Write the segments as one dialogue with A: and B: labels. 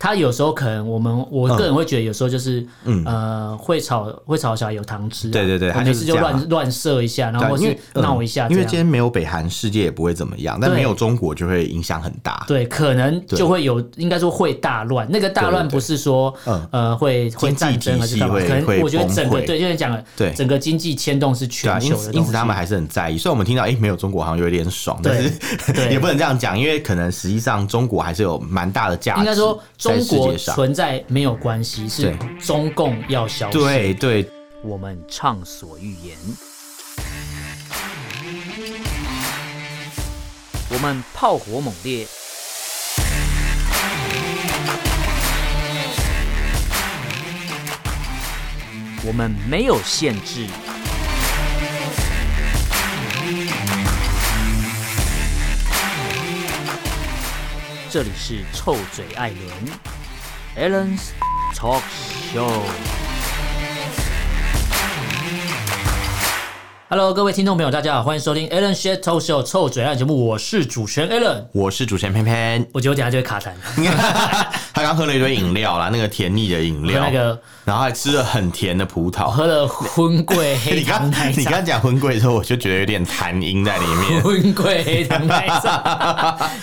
A: 他有时候可能我们我个人会觉得有时候就是，呃，会吵会吵小孩有糖吃啊，
B: 嗯对对对
A: 我
B: 他
A: 每
B: 就是
A: 次就
B: 这样啊
A: 乱乱射一下，然后或
B: 对，因
A: 是
B: 为嗯
A: 闹一下这样，
B: 因为今天没有北韩，世界也不会怎么样，但
A: 对
B: 没有中国就会影响很大。
A: 对，可能就会有，应该说会大乱。那个大乱
B: 对对对
A: 不是说
B: 嗯
A: 呃会会
B: 经济
A: 战争
B: 体
A: 还是
B: 系
A: 干嘛，
B: 会
A: 可能
B: 会
A: 我觉得
B: 崩
A: 整个
B: 溃
A: 对，就是讲了
B: 对
A: 整个经济牵动是
B: 对啊，
A: 全
B: 因
A: 球的
B: 此因
A: 东
B: 此他
A: 西。
B: 们还是很在意。虽然我们听到哎、诶没有中国好像有点爽，但
A: 对
B: 是
A: 对
B: 也不能这样讲，因为可能实际上中国还是有蛮大的价值。
A: 应该说，
B: 在
A: 中
B: 世
A: 国
B: 界上，
A: 存在没有关系，是
B: 对
A: 中共要消失。
B: 对对
A: 我们畅所欲言；我们炮火猛烈；我们没有限制。这里是臭嘴艾伦 a l l e n s Talk Show。Hello，各位听众朋友，大家好，欢迎收听 Alan s h a t o Show 臭嘴案节目，我是主持人 Alan。
B: 我是主持人偏偏。
A: 我觉得我等一下就会卡痰，
B: 他刚喝了一堆饮料啦，那个甜腻的饮料，
A: 那个
B: 然后还吃了很甜的葡萄。
A: 喝了荤桂黑
B: 你
A: 糖
B: 刚
A: 奶
B: 你
A: 茶，
B: 刚讲婚贵的时候，我就觉得有点痰音在里 面。
A: 荤桂黑糖奶 茶，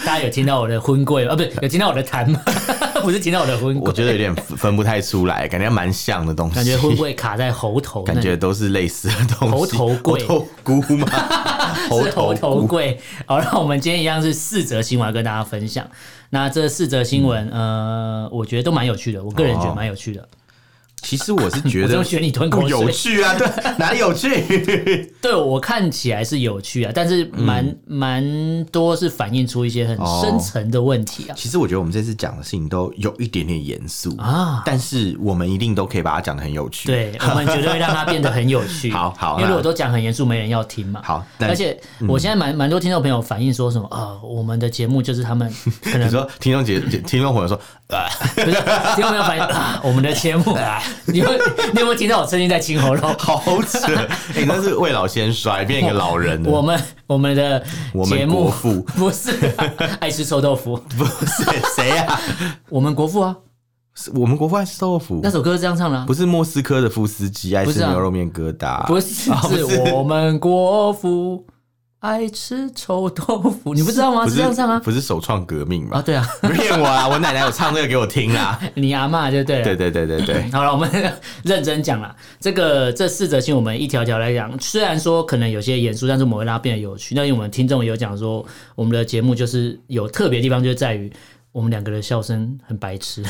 A: 大家有听到我的荤桂啊？不是，有听到我的痰吗？ 不是听到我的荤
B: 我
A: 桂，
B: 觉得有点分不太出来，感觉蛮像的东西。
A: 感觉荤桂卡在喉头那里，
B: 感觉都是类似的东西。
A: 猴头桂
B: 猴头 菇吗？
A: 是猴头
B: 菇。
A: 贵。好，那我们今天一样是四则新闻要跟大家分享。那这四则新闻，呃，我觉得都蛮有趣的，我个人觉得蛮有趣的。
B: 其实我是觉
A: 我
B: 得
A: 就学你吞口水
B: 有趣啊，对，哪里有趣？
A: 对我看起来是有趣啊，但是蛮
B: 嗯
A: 蛮、多是反映出一些很深层的问题啊。
B: 其实我觉得我们这次讲的事情都有一点点严肃
A: 啊，
B: 但是我们一定都可以把它讲的很有趣。，
A: 对，我们绝对会让它变得很有趣。
B: 好好
A: 因为
B: 那
A: 如果都讲很严肃，没人要听嘛。
B: 好，那嗯
A: 而且我现在蛮蛮多听众朋友反映说什么啊、我们的节目就是他 们可能
B: 你说听众姐姐听众朋友说，
A: 不是听众朋友反映啊，我们的节目，啊你有你有没有听到我声音在清喉咙？
B: 好 扯，哎，那是未老先衰，变一个老人了。
A: 我们我们的
B: 嗯我们
A: 节
B: 国
A: 目
B: 父
A: 不是、啊爱吃臭豆腐，
B: 不是谁呀？
A: 我们国父啊，
B: 是我们国父爱吃豆腐
A: 那，首歌是这样唱的、啊。
B: 不是莫斯科的夫斯基爱
A: 不
B: 吃
A: 是啊
B: 牛肉面疙瘩，
A: 不是，是我们国父爱吃臭豆 腐，你不知道吗？
B: 不
A: 是这样唱啊
B: 不是首创革命
A: 啊，
B: 吧？
A: 对啊，
B: 骗我啊！我奶奶有唱这个给我听啦。
A: 你阿嬷 就对了。
B: 对对对对 对，
A: 好了，我们认真讲啦。这个这四则新闻，我们一条条来讲。虽然说可能有些严肃，但是我们会让它变得有趣。那因为我们听众有讲说，我们的节目就是有特别地方，就在于我们两个的笑声很白 痴。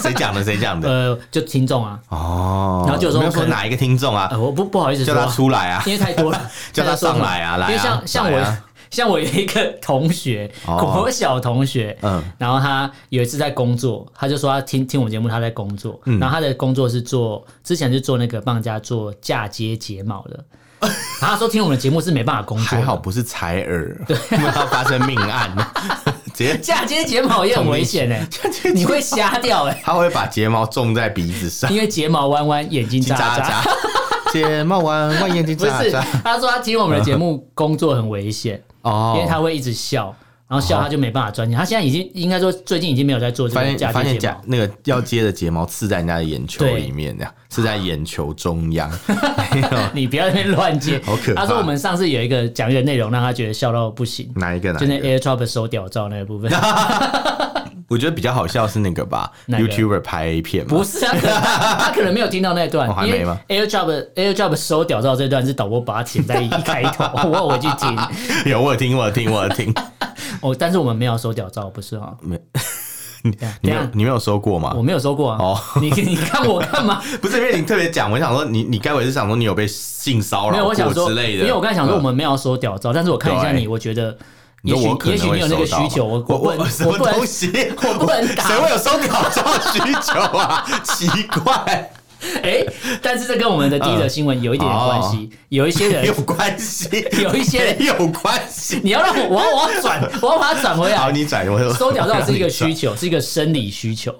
B: 谁讲的谁讲的？
A: 呃，就听众啊，
B: 哦，
A: 然后就有时候
B: 没有说
A: 可能
B: 哪一个听众啊，
A: 呃，我不不好意思
B: 叫
A: 说
B: 他
A: 啊，
B: 出来 啊，
A: 因为太多了，
B: 叫他上来啊，来
A: 因
B: 啊，
A: 为像像我
B: 来啊，
A: 像我有一个同学，
B: 哦
A: 国小同学，
B: 嗯
A: 然后他有一次在工作，他就说他听听我们节目，他在工作，
B: 嗯
A: 然后他的工作是做之前是做那个帮人家做嫁接睫毛的， 然后他说听我们的节目是没办法工作
B: 还
A: 的，
B: 好不是采耳，不要 发生命案， 直接
A: 嫁接睫毛也很危险 哎、你会瞎掉哎、
B: 他会把睫毛种在鼻子上，
A: 因为睫毛弯弯，眼睛
B: 睛
A: 眨
B: 眨眨，睫毛弯弯，眼睛
A: 不
B: 眨
A: 是
B: 眨，，
A: 他说他听我们的节目工作很危险，
B: 哦，
A: 因为他会一直笑。然后笑他就没办法专心，他现在已经应该说最近已经没有在做这
B: 发
A: 个
B: 现
A: 嫁
B: 发
A: 接
B: 现
A: 睫
B: 假
A: 毛，
B: 那个要接的睫毛刺在人家的眼球
A: 对
B: 里面，这样刺在眼球中 央，
A: 你不要在那边乱接。
B: 哦好可怕
A: 他说我们上次有一个讲一个内容，让他觉得笑到不行，
B: 哪一个？哪
A: 就
B: 一
A: 那
B: 个？
A: Air t r o p 手屌照那个部 分，
B: 我觉得比较好笑是那个吧
A: 哪个
B: ，YouTuber 拍片嘛，
A: 不是他可能他可能没有听到那段
B: 哦，还
A: 因为
B: 没吗
A: Air t r o p Air t r o p 手屌照这段是导播把它剪在一开 头，我有回去听。
B: 有我有听，我有听，我有 听。
A: 哦，但是我们没有手屌照，不是哈？
B: 你
A: 等
B: 没
A: 一
B: 有
A: 下
B: 你没有收过吗
A: 我？没有说过啊。
B: 哦
A: 你你看我干嘛？
B: 不是因为你特别讲，我想说你你该不会是想说你有被性骚
A: 没有，
B: 扰
A: 我想
B: 过
A: 说，
B: 之类的？嗯
A: 因为我刚才想说我们没有手屌照，但是我看一下
B: 对
A: 你，我觉得
B: 你
A: 也
B: 说
A: 许
B: 我可
A: 也
B: 能
A: 许
B: 会
A: 你有那个
B: 收到
A: 需求，
B: 吗
A: 我
B: 我
A: 不
B: 我
A: 能
B: 什
A: 我
B: 么
A: 不能
B: 东西，
A: 我不能打
B: 谁会有收稿照需求啊？ 奇怪，
A: 哎，但是这跟我们的第一则新闻有一点点
B: 哦
A: 关系，有一些
B: 没 有
A: 人，
B: 关系，
A: 有一些人，
B: 没有关系。
A: 你要让我，我要我要转， 我要把它转回
B: 好，
A: 来。
B: 你转我
A: 收屌照是一个需
B: 求，
A: 求，是一个生理需求，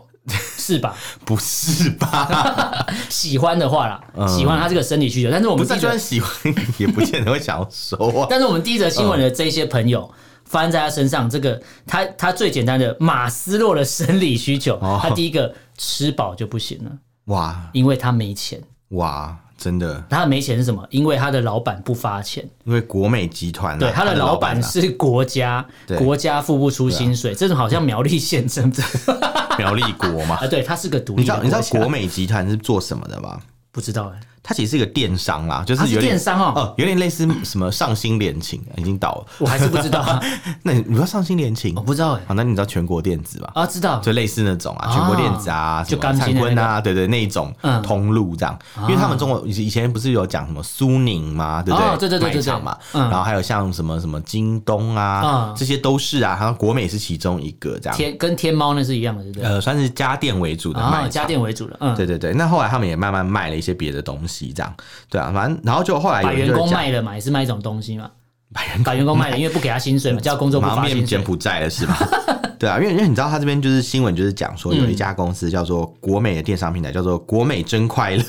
A: 是吧？
B: 不是 吧？
A: 喜欢的话啦，喜欢它是个生理需求，但是我
B: 嗯不
A: 们
B: 是，啊
A: 第一
B: 就
A: 则
B: 算，喜欢，也不见得会想要收啊。嗯
A: 但是我们第一则新闻的这些朋友。发生在他身上，这个他他最简单的马斯洛的生理需求，
B: 哦
A: 他第一个吃饱就不行了，
B: 哇
A: 因为他没钱。
B: 哇，真的，
A: 他没钱是什么？因为他的老板不发钱，
B: 因为国美集团啊、
A: 对，他的老板
B: 板啊
A: 是国家，
B: 对啊
A: 国家付不出薪水，这种好像苗栗县政 府
B: 苗栗国嘛
A: 啊，。对，他是个独
B: 你
A: 立
B: 知
A: 的
B: 道你知道
A: 家
B: 国美集团是做什么的吗？
A: 不知道哎，
B: 它其实是一个电商啦，就
A: 他
B: 有
A: 啊是
B: 点
A: 电商哦，
B: 哦，有点类似什么上新联勤，已经倒了。
A: 我还是不知道 啊，
B: 那你你知道上新联勤
A: 我？不知道哎，
B: 好，那你知道全国电子吧？
A: 啊，知道
B: 就类似那种啊，全国电子啊，
A: 就
B: 干
A: 钢筋
B: 灿
A: 的
B: 坤啊，对对，那一种
A: 嗯
B: 通路这样，因为他们中国以前不是有讲什么苏宁嘛，对不
A: 哦对对对
B: 卖
A: 对对
B: 场嘛，
A: 嗯
B: 然后还有像什么什么京东啊
A: 嗯，
B: 这些都是啊，然后国美是其中一个这样，
A: 天跟天猫那是一样的，对不对？
B: 呃，算是家电为主的卖
A: 啊，
B: 场
A: 家电为主的，嗯，
B: 对对对，那后来他们也慢慢卖了一些别的东西，这样对啊，反正然后就后来有
A: 把
B: 人
A: 员
B: 就
A: 工
B: 讲，
A: 卖了嘛，也是卖一种东西嘛，
B: 把员嗯
A: 把员工卖了，因为不给他薪水嘛，叫工作不
B: 马上
A: 发
B: 变
A: 薪
B: 柬
A: 水。
B: 埔寨了是吧？ 对啊，因为因为你知道他这边就是新闻就是讲说有
A: 嗯
B: 一家公司叫做国美的电商平台叫做国美真快乐，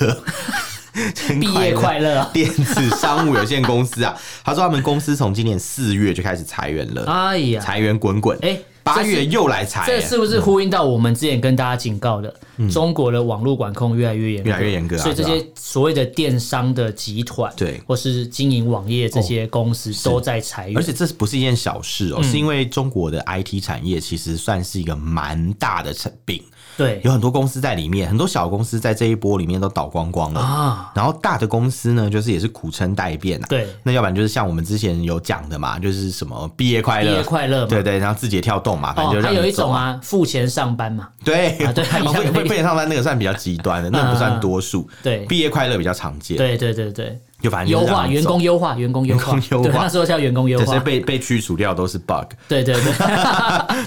B: 真
A: 毕业快乐啊
B: 电子商务有限公司啊，他说他们公司从今年四月就开始裁员了，
A: 哎呀，
B: 裁员滚滚，
A: 哎，
B: 八
A: 这是
B: 月又来裁
A: 这
B: 耶，
A: 是不是呼应到我们之前跟大家警告的，中国的网络管控越来越严格，
B: 嗯越来越严格啊
A: 所以这
B: 对
A: 些所谓的电商的集团，
B: 对哦
A: 或是经营网页这些公司都在裁员，
B: 而且这不是一件小事哦、
A: 嗯
B: 是因为中国的 IT 产业其实算是一个蛮大的产病，
A: 对
B: 有很多公司在里面，很多小公司在这一波里面都倒光光了。
A: 啊，
B: 然后大的公司呢，就是也是苦撑待变啊。
A: 对
B: 那要不然就是像我们之前有讲的嘛，就是什么毕业快
A: 毕业
B: 乐，
A: 快乐嘛，
B: 对对，然后字节跳动嘛，反
A: 哦
B: 正就，
A: 还
B: 让
A: 有
B: 你
A: 一
B: 走
A: 种
B: 嘛，
A: 啊，付钱上班嘛，
B: 对
A: 啊 对还有一
B: 哦
A: 样
B: 被被被上班那个算比较极端的，那不
A: 嗯嗯
B: 算
A: 嗯
B: 多数。
A: 对
B: 毕业快乐比较常见，
A: 对对对对，
B: 就反正就
A: 优
B: 是让
A: 化
B: 你
A: 员
B: 走
A: 工，优化，员工优化，
B: 员工优
A: 对，
B: 化
A: 那时候叫员工优
B: 这些
A: 化，
B: 被被驱除掉都是 bug，
A: 对对对，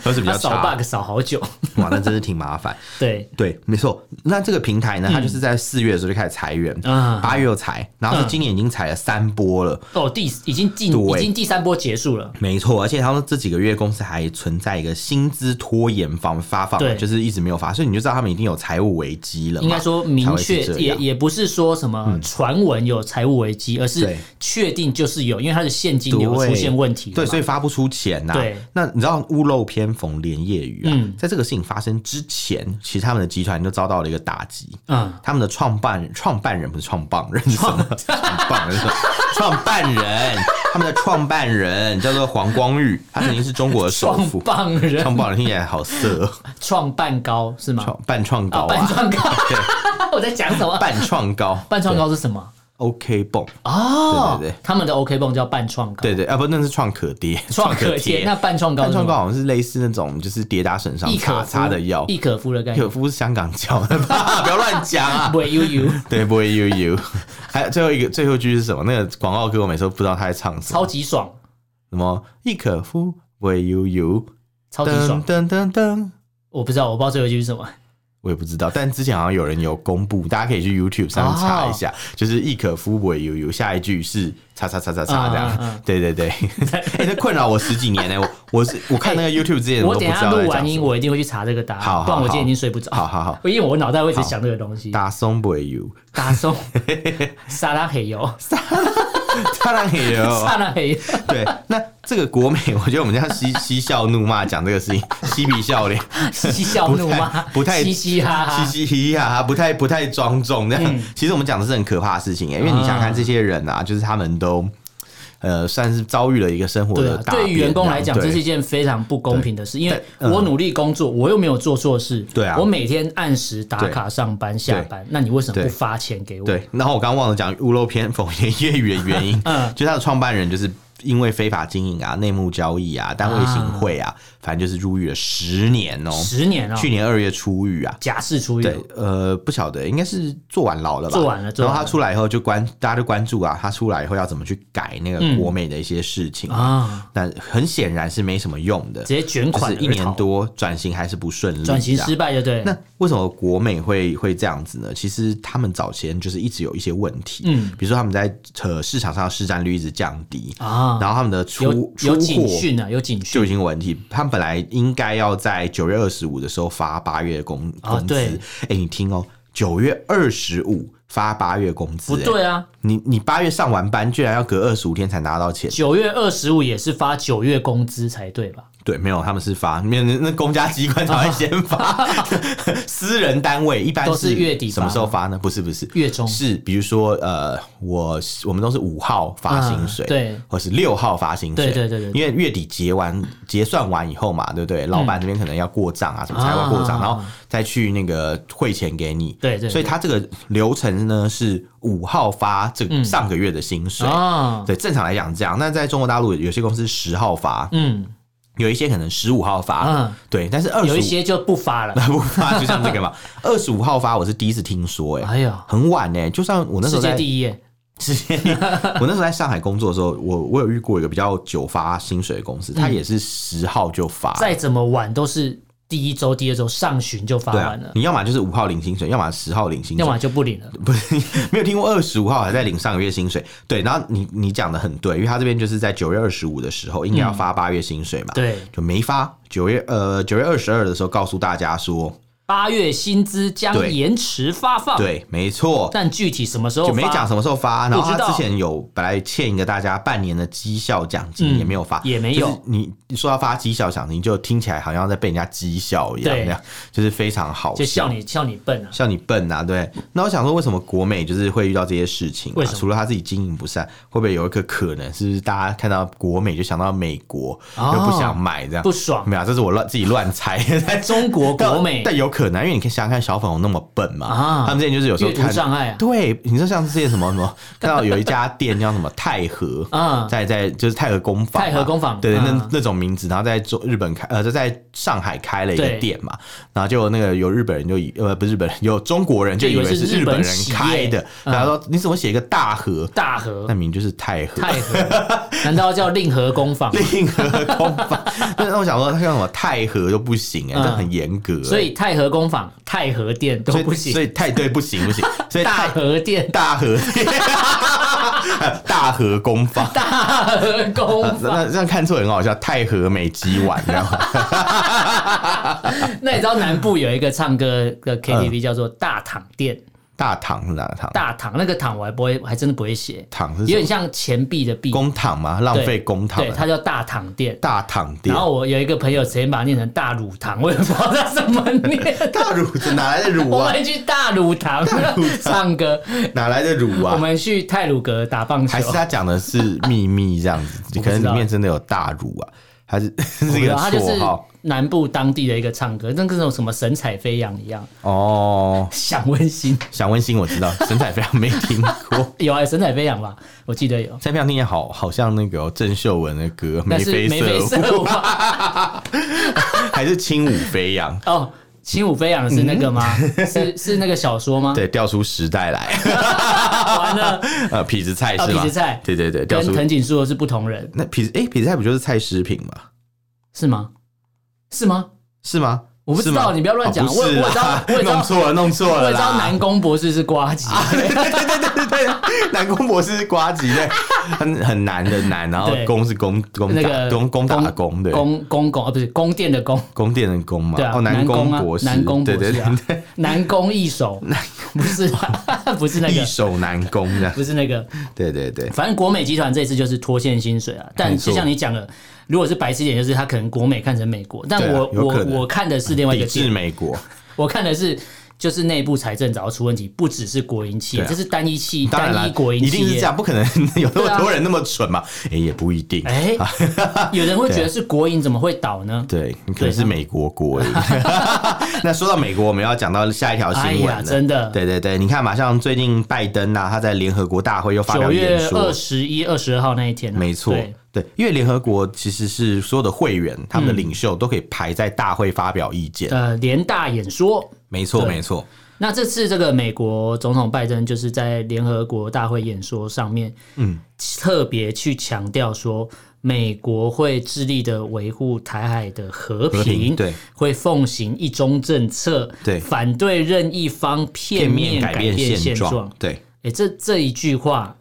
B: 都 是比较
A: 他扫
B: 差
A: bug 扫好久，
B: 哇，那真是挺麻烦。
A: 对
B: 对，没错。那这个平台呢，它就是在四月的时候就开始裁员，
A: 嗯啊嗯
B: 八月又裁，然后是今年已经裁了三波了。
A: 哦，第已经进
B: 对
A: 已经第三波结束了，
B: 没错，而且他说这几个月公司还存在一个薪资拖延方发放，
A: 对
B: 就是一直没有发，所以你就知道他们一定有财务危机了嘛。
A: 应该说明确
B: 才会是，这
A: 也
B: 样嗯
A: 也不是说什么传闻有财务危机，而是
B: 对
A: 确定就是有，因为它的现金流
B: 对
A: 出现问题了嘛。
B: 对，所以发不出钱呐、
A: 对
B: 那你知道屋漏偏逢连夜雨啊、
A: 嗯
B: 在这个事情发生之前，其实他们的集团就遭到了一个打击。
A: 嗯，
B: 他们的创办人，创办人不是创办人是什么？创办人是什么，创办人，他们的创办人叫做黄光裕，他曾经是中国的首
A: 创
B: 富。
A: 办人
B: 创办人听起来好色哦，
A: 创办高是吗？
B: 创半创高
A: 啊，半
B: 啊，
A: 创高，
B: 对，
A: 我在讲什么？
B: 半创高，
A: 半创高是什么？
B: OK 泵，
A: 哦，
B: 对对对
A: 他们的 OK 泵叫半创高，
B: 对对，啊不，那是创可贴，
A: 创可贴。那半创高
B: 半
A: 是什
B: 创
A: 么
B: 高好像是类似那种就是跌打损伤
A: 易可
B: 卡
A: 夫
B: 擦的药，
A: 易可夫的概
B: 可
A: 念，
B: 夫是香港叫的吧？ 不要乱讲啊！
A: 不悠悠，
B: 对，不会悠悠。还有最后一个最后一句是什么？那个广告歌我每次都不知道他在唱什
A: 超
B: 么，
A: 级爽，
B: 什么易可夫不会悠悠，
A: 超级爽
B: 噔。噔噔噔。
A: 我不知道，我不知道最后一句是什么。
B: 我也不知道，但之前好像有人有公布，大家可以去 YouTube 上
A: 哦
B: 面查一下，就是易可夫不会悠悠，下一句是叉叉叉叉叉这样。
A: 嗯嗯嗯
B: 对对 对，哎、这困扰我十几年呢、我我是我看那个 YouTube 之前
A: 哎我
B: 都不
A: 等一
B: 知
A: 下
B: 道
A: 录
B: 在讲
A: 完
B: 什
A: 音，
B: 么。
A: 我一定会去查这个答
B: 好好
A: 案，不然我今天已经睡不着。
B: 好好好，
A: 因为我脑袋会一直想这个东西。
B: 大松不会游，
A: 打 松，沙拉黑油，
B: 哦当然也 有。
A: 沙拉 黑，
B: 对，那这个国美，我觉得我们这样嬉嬉笑怒骂讲这个事情，嬉皮笑脸，
A: 嬉笑怒骂，
B: 不太
A: 嘻嘻哈哈，嗯
B: 嘻嘻哈哈，不太不太庄重。这样，其实我们讲的是很可怕的事情耶，因为你想想看这些人啊，就是他们都呃，算是遭遇了一个生活
A: 对
B: 的
A: 啊，
B: 大变。
A: 对于员工来讲，
B: 对
A: 这是一件非常不公平的事，因为
B: 但嗯
A: 我努力工作，我又没有做错事，
B: 对啊
A: 我每天按时打卡上班下班，那你为什么不
B: 对
A: 发钱给我？
B: 对。然后我刚刚忘了讲屋漏偏逢连夜雨的原因，
A: 嗯
B: 就他的创办人就是。因为非法经营啊、内幕交易啊、单位行贿啊，反正就是入狱了十年哦、
A: 十年哦，
B: 去年二月出狱啊，
A: 假释出狱，
B: 对，呃，不晓得，应该是坐完牢了吧？
A: 坐完了坐
B: 然
A: 完
B: 后他
A: 了
B: 出来以后就关，大家就关注啊，他出来以后要怎么去改那个国美的一些事情。
A: 嗯啊，
B: 但很显然是没什么用的，
A: 直接卷
B: 就
A: 款
B: 是
A: 而逃
B: 一年多转型还是不顺利，
A: 转型
B: 这样
A: 失败，就对了，
B: 那为什么国美会会这样子呢？其实他们早前就是一直有一些问题，
A: 嗯，
B: 比如说他们在呃市场上的市占率一直降低，
A: 啊，
B: 然后他们的
A: 有
B: 出出
A: 有警
B: 货
A: 讯啊，有警
B: 就
A: 讯
B: 已经有问题。他们本来应该要在九月二十五的时候发八月的工
A: 啊
B: 工资，
A: 对
B: 哎、你听哦，九月二十五发八月工资、
A: 不
B: 欸，
A: 对啊，
B: 你你八月上完班，居然要隔二十五天才拿到钱。
A: 九月二十五也是发九月工资才对吧？
B: 对，没有，他们是发，没有那那公家机关才会先发， 私人单位一般
A: 都是月底发
B: 什么时候发呢？不是不是，
A: 月中
B: 是比如说呃，我我们都是五号发薪水，
A: 嗯对，
B: 或是六号发薪水，
A: 对对对对对
B: 因为月底结完结算完以后嘛，对不对？老板这边可能要过账啊，什么财务过账，
A: 啊
B: 然后再去那个汇钱给你，
A: 对对对
B: 所以他这个流程呢是五号发这
A: 嗯
B: 个上个月的薪水。
A: 啊，
B: 对，正常来讲是这样。那在中国大陆有些公司十号发，
A: 嗯
B: 有一些可能十五号发，
A: 嗯
B: 对，但是二
A: 有一
B: 十
A: 些就不发了。
B: 五 不发，就像这个嘛，二十五号发我是第一次听说、哎，
A: 哎呀，
B: 很晚呢、就算我那时
A: 世
B: 候
A: 界
B: 在
A: 第一耶，
B: 世界第一 我那时候在上海工作的时候，我我有遇过一个比较久发薪水的公司，它也是十号就发。
A: 嗯再怎么晚都是第一周、第二周上旬就发
B: 对啊
A: 完，了，
B: 你要么就是五号领薪水，要么十号领薪水
A: 要，么就不领了。
B: 不是没有听过二十五号还在领上个月薪水。对，然后你你讲的很对，因为他这边就是在九月二十五的时候应该要发八月薪水嘛，
A: 嗯对，
B: 就没发。九月呃九月二十二的时候告诉大家说，
A: 八月薪资将
B: 对
A: 延迟发放，
B: 对，没错，
A: 但具体什么时候
B: 就没
A: 发
B: 讲什么时候发。然后
A: 不知
B: 他
A: 道
B: 之前有本来欠一个大家半年的绩效奖
A: 嗯
B: 金，也没有发，
A: 也没有
B: 就是你你说要发绩效奖金，就听起来好像在被人家讥笑一样，
A: 对
B: 那样就是非常好
A: 就
B: 笑
A: 笑你笑你笨啊。
B: 笑你笨啊，对。那我想说，为什么国美就是会遇到这些事情、啊？
A: 为什么
B: 除了他自己经营不善，会不会有一个可能是大家看到国美就想到美国，
A: 哦
B: 就不想买这样？
A: 不爽
B: 没有啊，这是我乱自己乱 猜。在
A: 中国国美
B: 但但有可能，因为你可以想想看，小粉红那么笨嘛，
A: 啊
B: 他们之前就是有时候
A: 阅读
B: 看
A: 障碍啊，
B: 对，你说像之前什么什 么，看到有一家店叫什么太和，
A: 嗯
B: 在在就是太和工坊嘛，
A: 太和工坊
B: 对对，那
A: 嗯
B: 那种名字，然后在中日本开，呃，就在上海开了一个
A: 对
B: 店嘛，然后就那个有日本人就以呃不是日本人，有中国人就
A: 就以
B: 以
A: 为
B: 为
A: 是
B: 是
A: 日
B: 日
A: 本
B: 本人
A: 企业嗯
B: 开的，然后说你怎么写一个大和，
A: 大和
B: 那名就是太和。
A: 太和， 难道叫令和工坊？
B: 令和工坊， 那那我想说，他像什么太和就不行哎、
A: 嗯
B: 这很严格、
A: 所以太和工坊、太和店都
B: 所以
A: 不行，
B: 所以太对不行不行，所以
A: 大
B: 太
A: 和店、
B: 大和 大和工坊，
A: 大和工坊。
B: 啊那这样看错很好笑，太和美鸡碗这样。
A: 那你知道南部有一个唱歌
B: 嗯
A: 的 KTV 叫做大躺店，
B: 大堂是哪个堂？
A: 大躺那个躺我还不会，还真的不会写，
B: 堂啊是
A: 有
B: 什
A: 点
B: 么？
A: 像钱币的币，
B: 公堂吗？浪费公堂
A: 对，。它叫大躺店。
B: 大堂店
A: 然，后我有一个朋友直接把它念成大乳糖， 我也不知道它怎么念。
B: 大乳是哪来的乳
A: 我
B: 啊？
A: 们去大乳堂 唱歌，
B: 哪来的乳
A: 我
B: 啊？
A: 们去泰鲁格打棒球
B: 还。是他讲的是秘密这样 子？可能里面真的有大乳啊？还是 是一个
A: 他就是
B: 绰号
A: 南部当地的一个唱歌，那跟那种什么神采飞扬一样，
B: 哦？
A: 想温馨。
B: 想温馨我知道，神采飞扬没听过。
A: 有啊、神采飞扬吧，我记得有。
B: 神采飞扬听起来好好像那个哦郑秀文的歌《
A: 但
B: 眉
A: 是
B: 飞
A: 眉飞
B: 色舞
A: 色舞啊》，
B: 还是轻舞飞扬？
A: 哦，轻舞飞扬是那个吗？ 是是那个小说吗？
B: 嗯对，调出时代来。
A: 啊 完了，
B: 呃，痞子菜
A: 啊
B: 是吧？
A: 痞子菜
B: 对对对，调
A: 跟
B: 出
A: 藤井树的是不同人，
B: 那痞子哎，痞子菜不就是菜诗品吗？
A: 是吗？是吗？
B: 是吗？
A: 我不知
B: 是吗
A: 道你不要乱讲
B: 哦不是
A: 我我知 道
B: 啦
A: 我知道
B: 弄错了，弄错
A: 我
B: 了
A: 也知道
B: 啦。啊
A: 南宫博士是瓜吉，
B: 对对对对 对对，南宫博士是瓜吉对， 很很难的难，然后
A: 对
B: 公是公公
A: 那
B: 打
A: 个
B: 公公打公 对，
A: 宫宫宫啊，不是宫殿的宫，
B: 宫殿的宫嘛
A: 对，啊，
B: 哦，南
A: 宫啊
B: 博，士，
A: 南宫
B: 对
A: 博
B: 对
A: 士
B: 对
A: 啊，南宫一 手，不是啊不是 那
B: 对，
A: 个
B: 一。手南宫这样，
A: 不是那个，
B: 对对对，
A: 反正国美集团这次就是拖欠薪水啊。但
B: 没错
A: 就像你讲的，如果是白痴一点，就是他可能国美看成美国，但
B: 对啊
A: 我、
B: 有可
A: 我
B: 能
A: 我看的是另外一
B: 抵
A: 个
B: 制
A: 点，
B: 美国，
A: 我看的是就是内部财政早要出问题，不只是国营企业，
B: 对啊
A: 这是单一企
B: 当然
A: 单
B: 啦
A: 一国，营
B: 一定
A: 企
B: 是这
A: 业。
B: 样，不可能 有那
A: 对
B: 么
A: 啊
B: 多人那么蠢嘛，哎，也不一定，
A: 哎、有人会觉得是国营怎么会倒呢？
B: 啊对你可能是美国国而已。 那说到美国，我们要讲到下一条
A: 嗯哎
B: 新闻
A: 呀，
B: 了。
A: 真的，
B: 对对对，你看嘛，像最近拜登呐、他在联合国大会又发表
A: 九
B: 演
A: 月
B: 说
A: 二，十一、二十二号那一天啊、
B: 没错
A: 对，
B: 对，因为联合国其实是所有的会员，他们的领袖都可以排在大会发表意见，
A: 呃，联大演说。
B: 没错
A: 对
B: 没错，
A: 那这次这个美国总统拜登就是在联合国大会演说上面，
B: 嗯，
A: 特别去强调说，美国会致力的维护台海的和平，
B: 和平对，
A: 会奉行一中政策，
B: 对
A: 反对任意方片
B: 片面
A: 面
B: 改
A: 变
B: 现
A: 现
B: 状，对。
A: 哎、这这一句话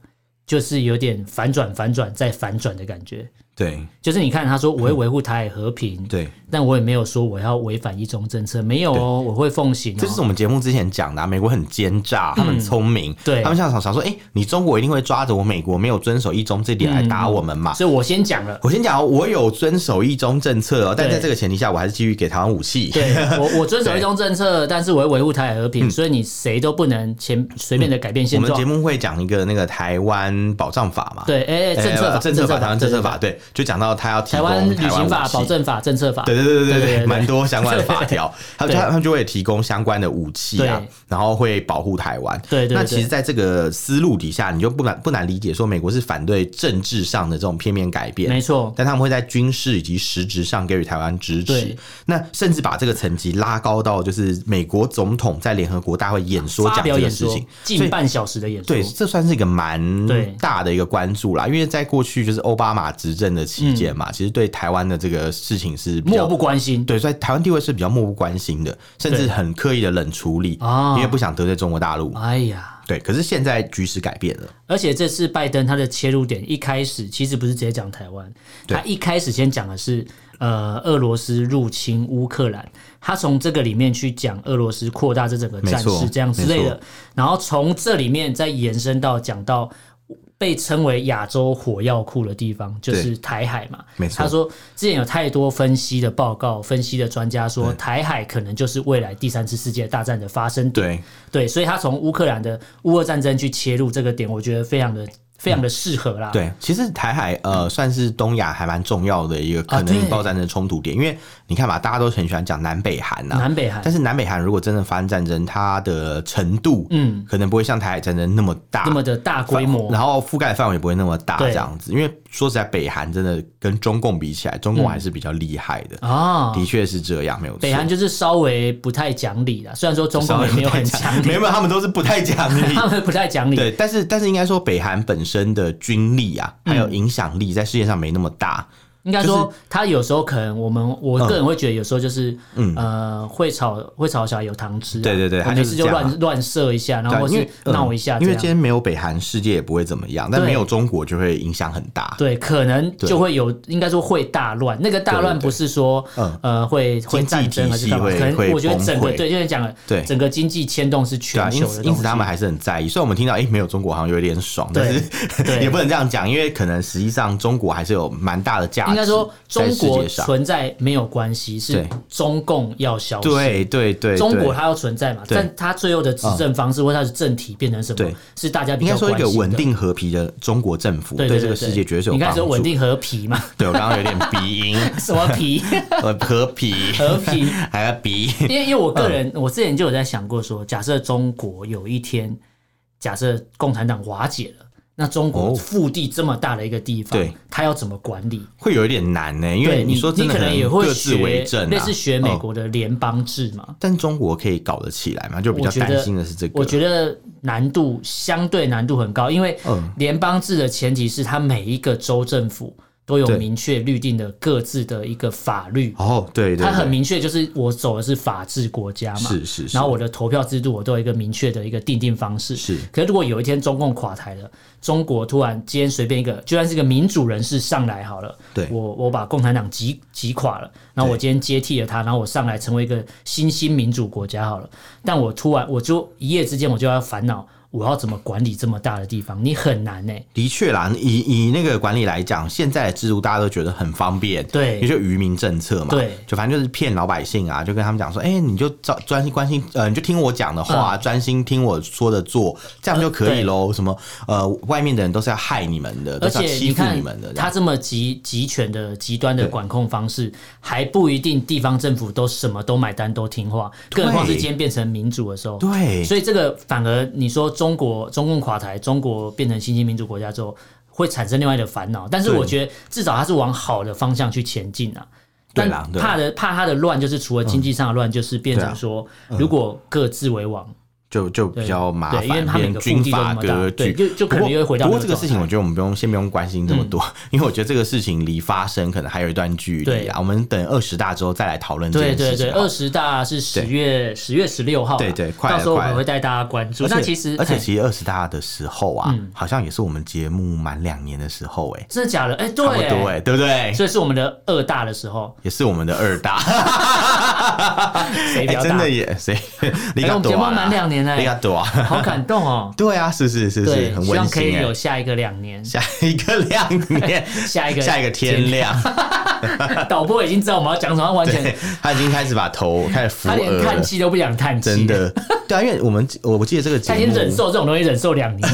A: 就是有点反转、反转再反转的感觉。
B: 对
A: 就是你看，他说我会维护台海和平，
B: 对，
A: 但我也没有说我要违反一中政策，没有哦，我会奉行、哦。
B: 这是我们节目之前讲的、啊，美国很奸诈，他们很聪明，
A: 嗯对
B: 他们想想想说，哎、你中国一定会抓着我美国没有遵守一中这点
A: 嗯
B: 来打我们嘛。
A: 所以我先讲了。
B: 我先讲哦，我有遵守一中政策哦，但
A: 对
B: 在这个前提下，我还是继续给台湾武器。
A: 对我，我遵守一中政策，但是我会维护台海和平，所以你谁都不能前随便的改变
B: 嗯我
A: 现
B: 们节
A: 状。
B: 目会讲一个那个台湾保障法嘛，
A: 对，哎、
B: 哎，
A: 政策法，
B: 政策法，台湾政策
A: 法，
B: 法，对，就讲到他要提
A: 台
B: 供
A: 湾旅行
B: 武
A: 法、
B: 器
A: 保证法、政策法，
B: 对对对对
A: 对对
B: 对
A: 对
B: 对，蛮多相关的法条，他们就
A: 对
B: 他们就会提供相关的武器啊
A: 对，
B: 然后会保护台湾。
A: 对对
B: 那
A: 对
B: 其实，在这个思路底下，你就不难不难理解，说美国是反对政治上的这种片面改变
A: 没。错，
B: 但他们会在军事以及实质上给予台湾支持
A: 对，
B: 那甚至把这个层级拉高到就是美国总统在联合国大会演说
A: 发
B: 讲
A: 表
B: 这个
A: 演
B: 事
A: 说
B: 情，所
A: 近
B: 以
A: 半小时的演说
B: 对，，这算是一个蛮
A: 对
B: 大的一个关注啦，因为在过去就是奥巴马执政的期间嘛，其实对台湾的这个事情是比较
A: 嗯漠不关心。
B: 对，所以台湾地位是比较漠不关心的，甚至
A: 对
B: 很刻意的冷处理，
A: 啊
B: 因为不想得罪中国大陆。
A: 哎呀，
B: 对，可是现在局势改变了，
A: 而且这次拜登他的切入点一开始其实不是直接讲台湾，
B: 对
A: 他一开始先讲的是呃俄罗斯入侵乌克兰，他从这个里面去讲俄罗斯扩大这整个战
B: 没
A: 事
B: 错
A: 这样之类
B: 没
A: 的
B: 错，
A: 然后从这里面再延伸到讲到。被称为亚洲火药库的地方就是台海嘛，
B: 没错
A: 他说之前有太多分析的报告，分析的专家说台海可能就是未来第三次世界大战的发生点。
B: 对，
A: 对，所以他从乌克兰的乌俄战争去切入这个点，我觉得非常的非常的适合啦。
B: 对，其实台海呃算是东亚还蛮重要的一
A: 嗯
B: 个
A: 啊
B: 可能
A: 对
B: 引爆战争的冲突点，因为你看嘛，大家都很喜欢讲南北韩呐、
A: 南北韩
B: 但是南北韩如果真的发生战争，它的程度
A: 嗯
B: 嗯可能不会像台海战争那么大，
A: 那么的大规模，
B: 然后覆盖的范围也不会那么大
A: 对
B: 这样子，因为说实在，北韩真的跟中共比起来，中共还是比较厉害的，
A: 嗯啊，
B: 的确是这样，没有错。
A: 北韩就是稍微不太讲理啦，虽然说中
B: 稍
A: 共
B: 微
A: 也没有很讲
B: 没
A: 理，
B: 有，没有他们都是不太讲 理。
A: 他们不太讲理。
B: 对，但是但是应该说，北韩本身的军力啊，还有影响力，在世界上没那么大。
A: 应该
B: 就是
A: 说，他有时候可能我们我个人会觉得，有时候就是呃，会吵会吵小孩有糖吃啊，
B: 嗯对对对
A: 我
B: 他
A: 每
B: 就是
A: 次就
B: 这样
A: 乱乱射一下，然后
B: 对，
A: 或
B: 因
A: 是
B: 为
A: 闹一下这
B: 嗯因为
A: 样
B: 今。天没有北韩，世界也不会怎么样。但
A: 对
B: 没有中国，就会影响很大。
A: 对，可能就会有，应该说会大乱。那个大乱
B: 对对对
A: 不是说
B: 嗯
A: 呃会会
B: 经济
A: 战争
B: 体
A: 还是
B: 系
A: 干嘛，
B: 会
A: 可能
B: 会
A: 我觉得
B: 崩
A: 整个
B: 溃
A: 对，就是讲了，
B: 对
A: 整个经济牵动是
B: 对啊，
A: 全球
B: 因
A: 的
B: 此
A: 东西。
B: 因此他们还是很在意。虽然我们听到，哎、没有中国好像有点爽，但
A: 对
B: 是
A: 对
B: 也不能这样讲，因为可能实际上中国还是有蛮大的价值。
A: 应该说
B: 在
A: 中
B: 世
A: 国
B: 界上，
A: 存在没有关系，是
B: 对
A: 中共要消失。
B: 对对对，
A: 中
B: 对
A: 国它要存在嘛，
B: 对
A: 但它最后的执政方式或它的政体变成什么
B: 对，
A: 是大家比
B: 应
A: 较
B: 该说一
A: 关
B: 个
A: 心
B: 稳
A: 的。
B: 定和平的中国政府
A: 对
B: 对这
A: 对
B: 个世界绝对是有
A: 你
B: 帮
A: 看说
B: 助。
A: 稳定和皮嘛，
B: 对我刚刚有点鼻音，
A: 什么皮
B: 呃，和平
A: 和平，
B: 还要鼻，
A: 因为因为我
B: 嗯
A: 个人，我之前就有在想过说，假设中国有一天，假设共产党瓦解了，那中国
B: 哦
A: 腹地这么大的一个地方，
B: 对
A: 它要怎么管理？
B: 会有一点难呢、因
A: 对
B: 为
A: 你
B: 说真
A: 你
B: 的
A: 可能也会
B: 各自
A: 学
B: 为政、啊，
A: 类似学美
B: 嗯
A: 国的联邦制嘛。
B: 但中国可以搞得起来嘛？就比
A: 我
B: 较
A: 觉
B: 担
A: 得
B: 心的是这个。
A: 我觉得难度相对难度很高，因为
B: 嗯
A: 联邦制的前提是它每一个州政府都有
B: 对
A: 明确律定的各自的一个法律，
B: 哦，对对对，
A: 它很明确，就是我走的是法治国家嘛，
B: 是是是，
A: 然后我的投票制度我都有一个明确的一个定定方式。
B: 是
A: 可是如果有一天中共垮台了，中国突然今天随便一个，就算是个民主人士上来好了，
B: 对
A: 我我把共产党击击垮了，然后我
B: 对
A: 今天接替了他，然后我上来成为一个新兴民主国家好了，但我突然我就一夜之间我就要烦恼。我要怎么管理这么大的地方？你很难呢、欸
B: 的确啦，以以那个管理来讲，现在的制度大家都觉得很方便，
A: 对
B: 也就渔民政策嘛，
A: 对
B: 就反正就是骗老百姓啊，就跟他们讲说，哎、你就照专心关心，呃，你就听我讲的
A: 啊
B: 话，专、心听我说的做，这样就可以喽、什么呃，外面的人都是要害你们的，
A: 而
B: 都是要
A: 且
B: 欺
A: 你
B: 负
A: 看
B: 你们的，这样
A: 他这么极极权的极端的
B: 对
A: 管控方式，还不一定地方政府都什么都买单都听话，更何况是
B: 对
A: 今天变成民主的时候。
B: 对
A: 所以这个反而你说中国中共垮台，中国变成新兴民主国家之后，会产生另外的烦恼。但是
B: 对
A: 我觉得至少它是往好的方向去前进啊。
B: 对
A: 但
B: 啦对啦
A: 怕的怕它的乱，就是除了经济上的乱，就是变
B: 对
A: 成
B: 啊
A: 说，如果各自为王，
B: 就就比较麻
A: 对因为
B: 烦，
A: 他每
B: 变
A: 个腹
B: 军
A: 地都
B: 阀
A: 那么大
B: 割
A: 对
B: 据。
A: 就就可能
B: 不过
A: 又会回到
B: 不
A: 那
B: 过
A: 个
B: 这个事情，
A: 状态嗯
B: 我觉得我们不用先不用关心这么多，因为我觉得这个事情离发生可能还有一段距离
A: 对
B: 啊。我们等二十大之后再来讨论这
A: 对
B: 件
A: 对
B: 事
A: 对，
B: 情好
A: 二
B: 了。
A: 十大是十月十月十六号啦，
B: 对对快了
A: 到时候我
B: 快
A: 们
B: 了
A: 会带大家关注。
B: 而且
A: 那其实，哎嗯
B: 而且
A: 嘿
B: 其实二十大的时候啊，好像也是我们节目满两年的时候、欸，
A: 真的假的？哎，对，
B: 差不多、欸，对不对？
A: 所以是我们的二大的时候，
B: 也是我们的二大，
A: 谁比较
B: 哎
A: 大？哎
B: 真的也 谁？李
A: 我
B: 卡
A: 们节
B: 多
A: 目
B: 啊，
A: 满两年
B: 李卡
A: 哎，
B: 多啊，
A: 好感动 哦。
B: 对啊，是是是是，
A: 对，
B: 很
A: 希
B: 温
A: 望可以
B: 馨哎、
A: 有下一个两年，
B: 下一个亮面，
A: 下一个
B: 下一个天亮，
A: 导播已经知道我们要讲什么，他完全
B: 对， 他已经开始把头开始 扶
A: 他连
B: 额
A: 叹
B: 了，
A: 气都不想叹气，
B: 真，的，对啊，因为我们我我记得这个节
A: 他已经
B: 目，
A: 忍受这种东西忍受 两年。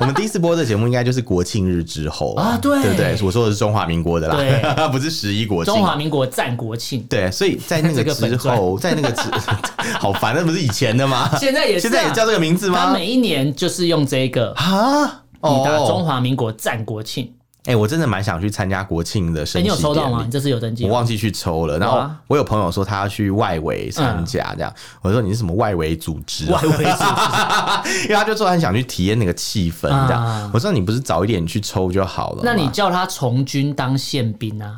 B: 我们第一次播的节目应该就是国庆日之后
A: 啊对
B: 对不对？我说的是中华民国的啦，
A: 对
B: 不是十一国庆
A: 中。华民国战国 庆，
B: 对，所以在那
A: 这
B: 个
A: 个
B: 之
A: 粉钻
B: 后，在那个之， 好烦，那不是以前的吗？
A: 现在也是啊
B: 现在也叫这个名字
A: 他
B: 吗？
A: 每一年就是用这个，
B: 啊，
A: 你打中
B: 哦，
A: 华民国战国庆。
B: 哎，我真的蛮想去参加国庆的
A: 哎，
B: 升
A: 你有
B: 旗
A: 抽到
B: 典
A: 吗？
B: 礼
A: 你。这次有登记
B: 我
A: 吗？
B: 忘记去抽了，然后
A: 哇嗯
B: 我有朋友说他要去外围参加，这样、我说你是什么外围组织、啊
A: 外？围组 织
B: 因为他就说他很想去体验那个气氛，这样、
A: 啊
B: 我说你不是早一点去抽就好了吗？
A: 那你叫他从军当宪兵 啊，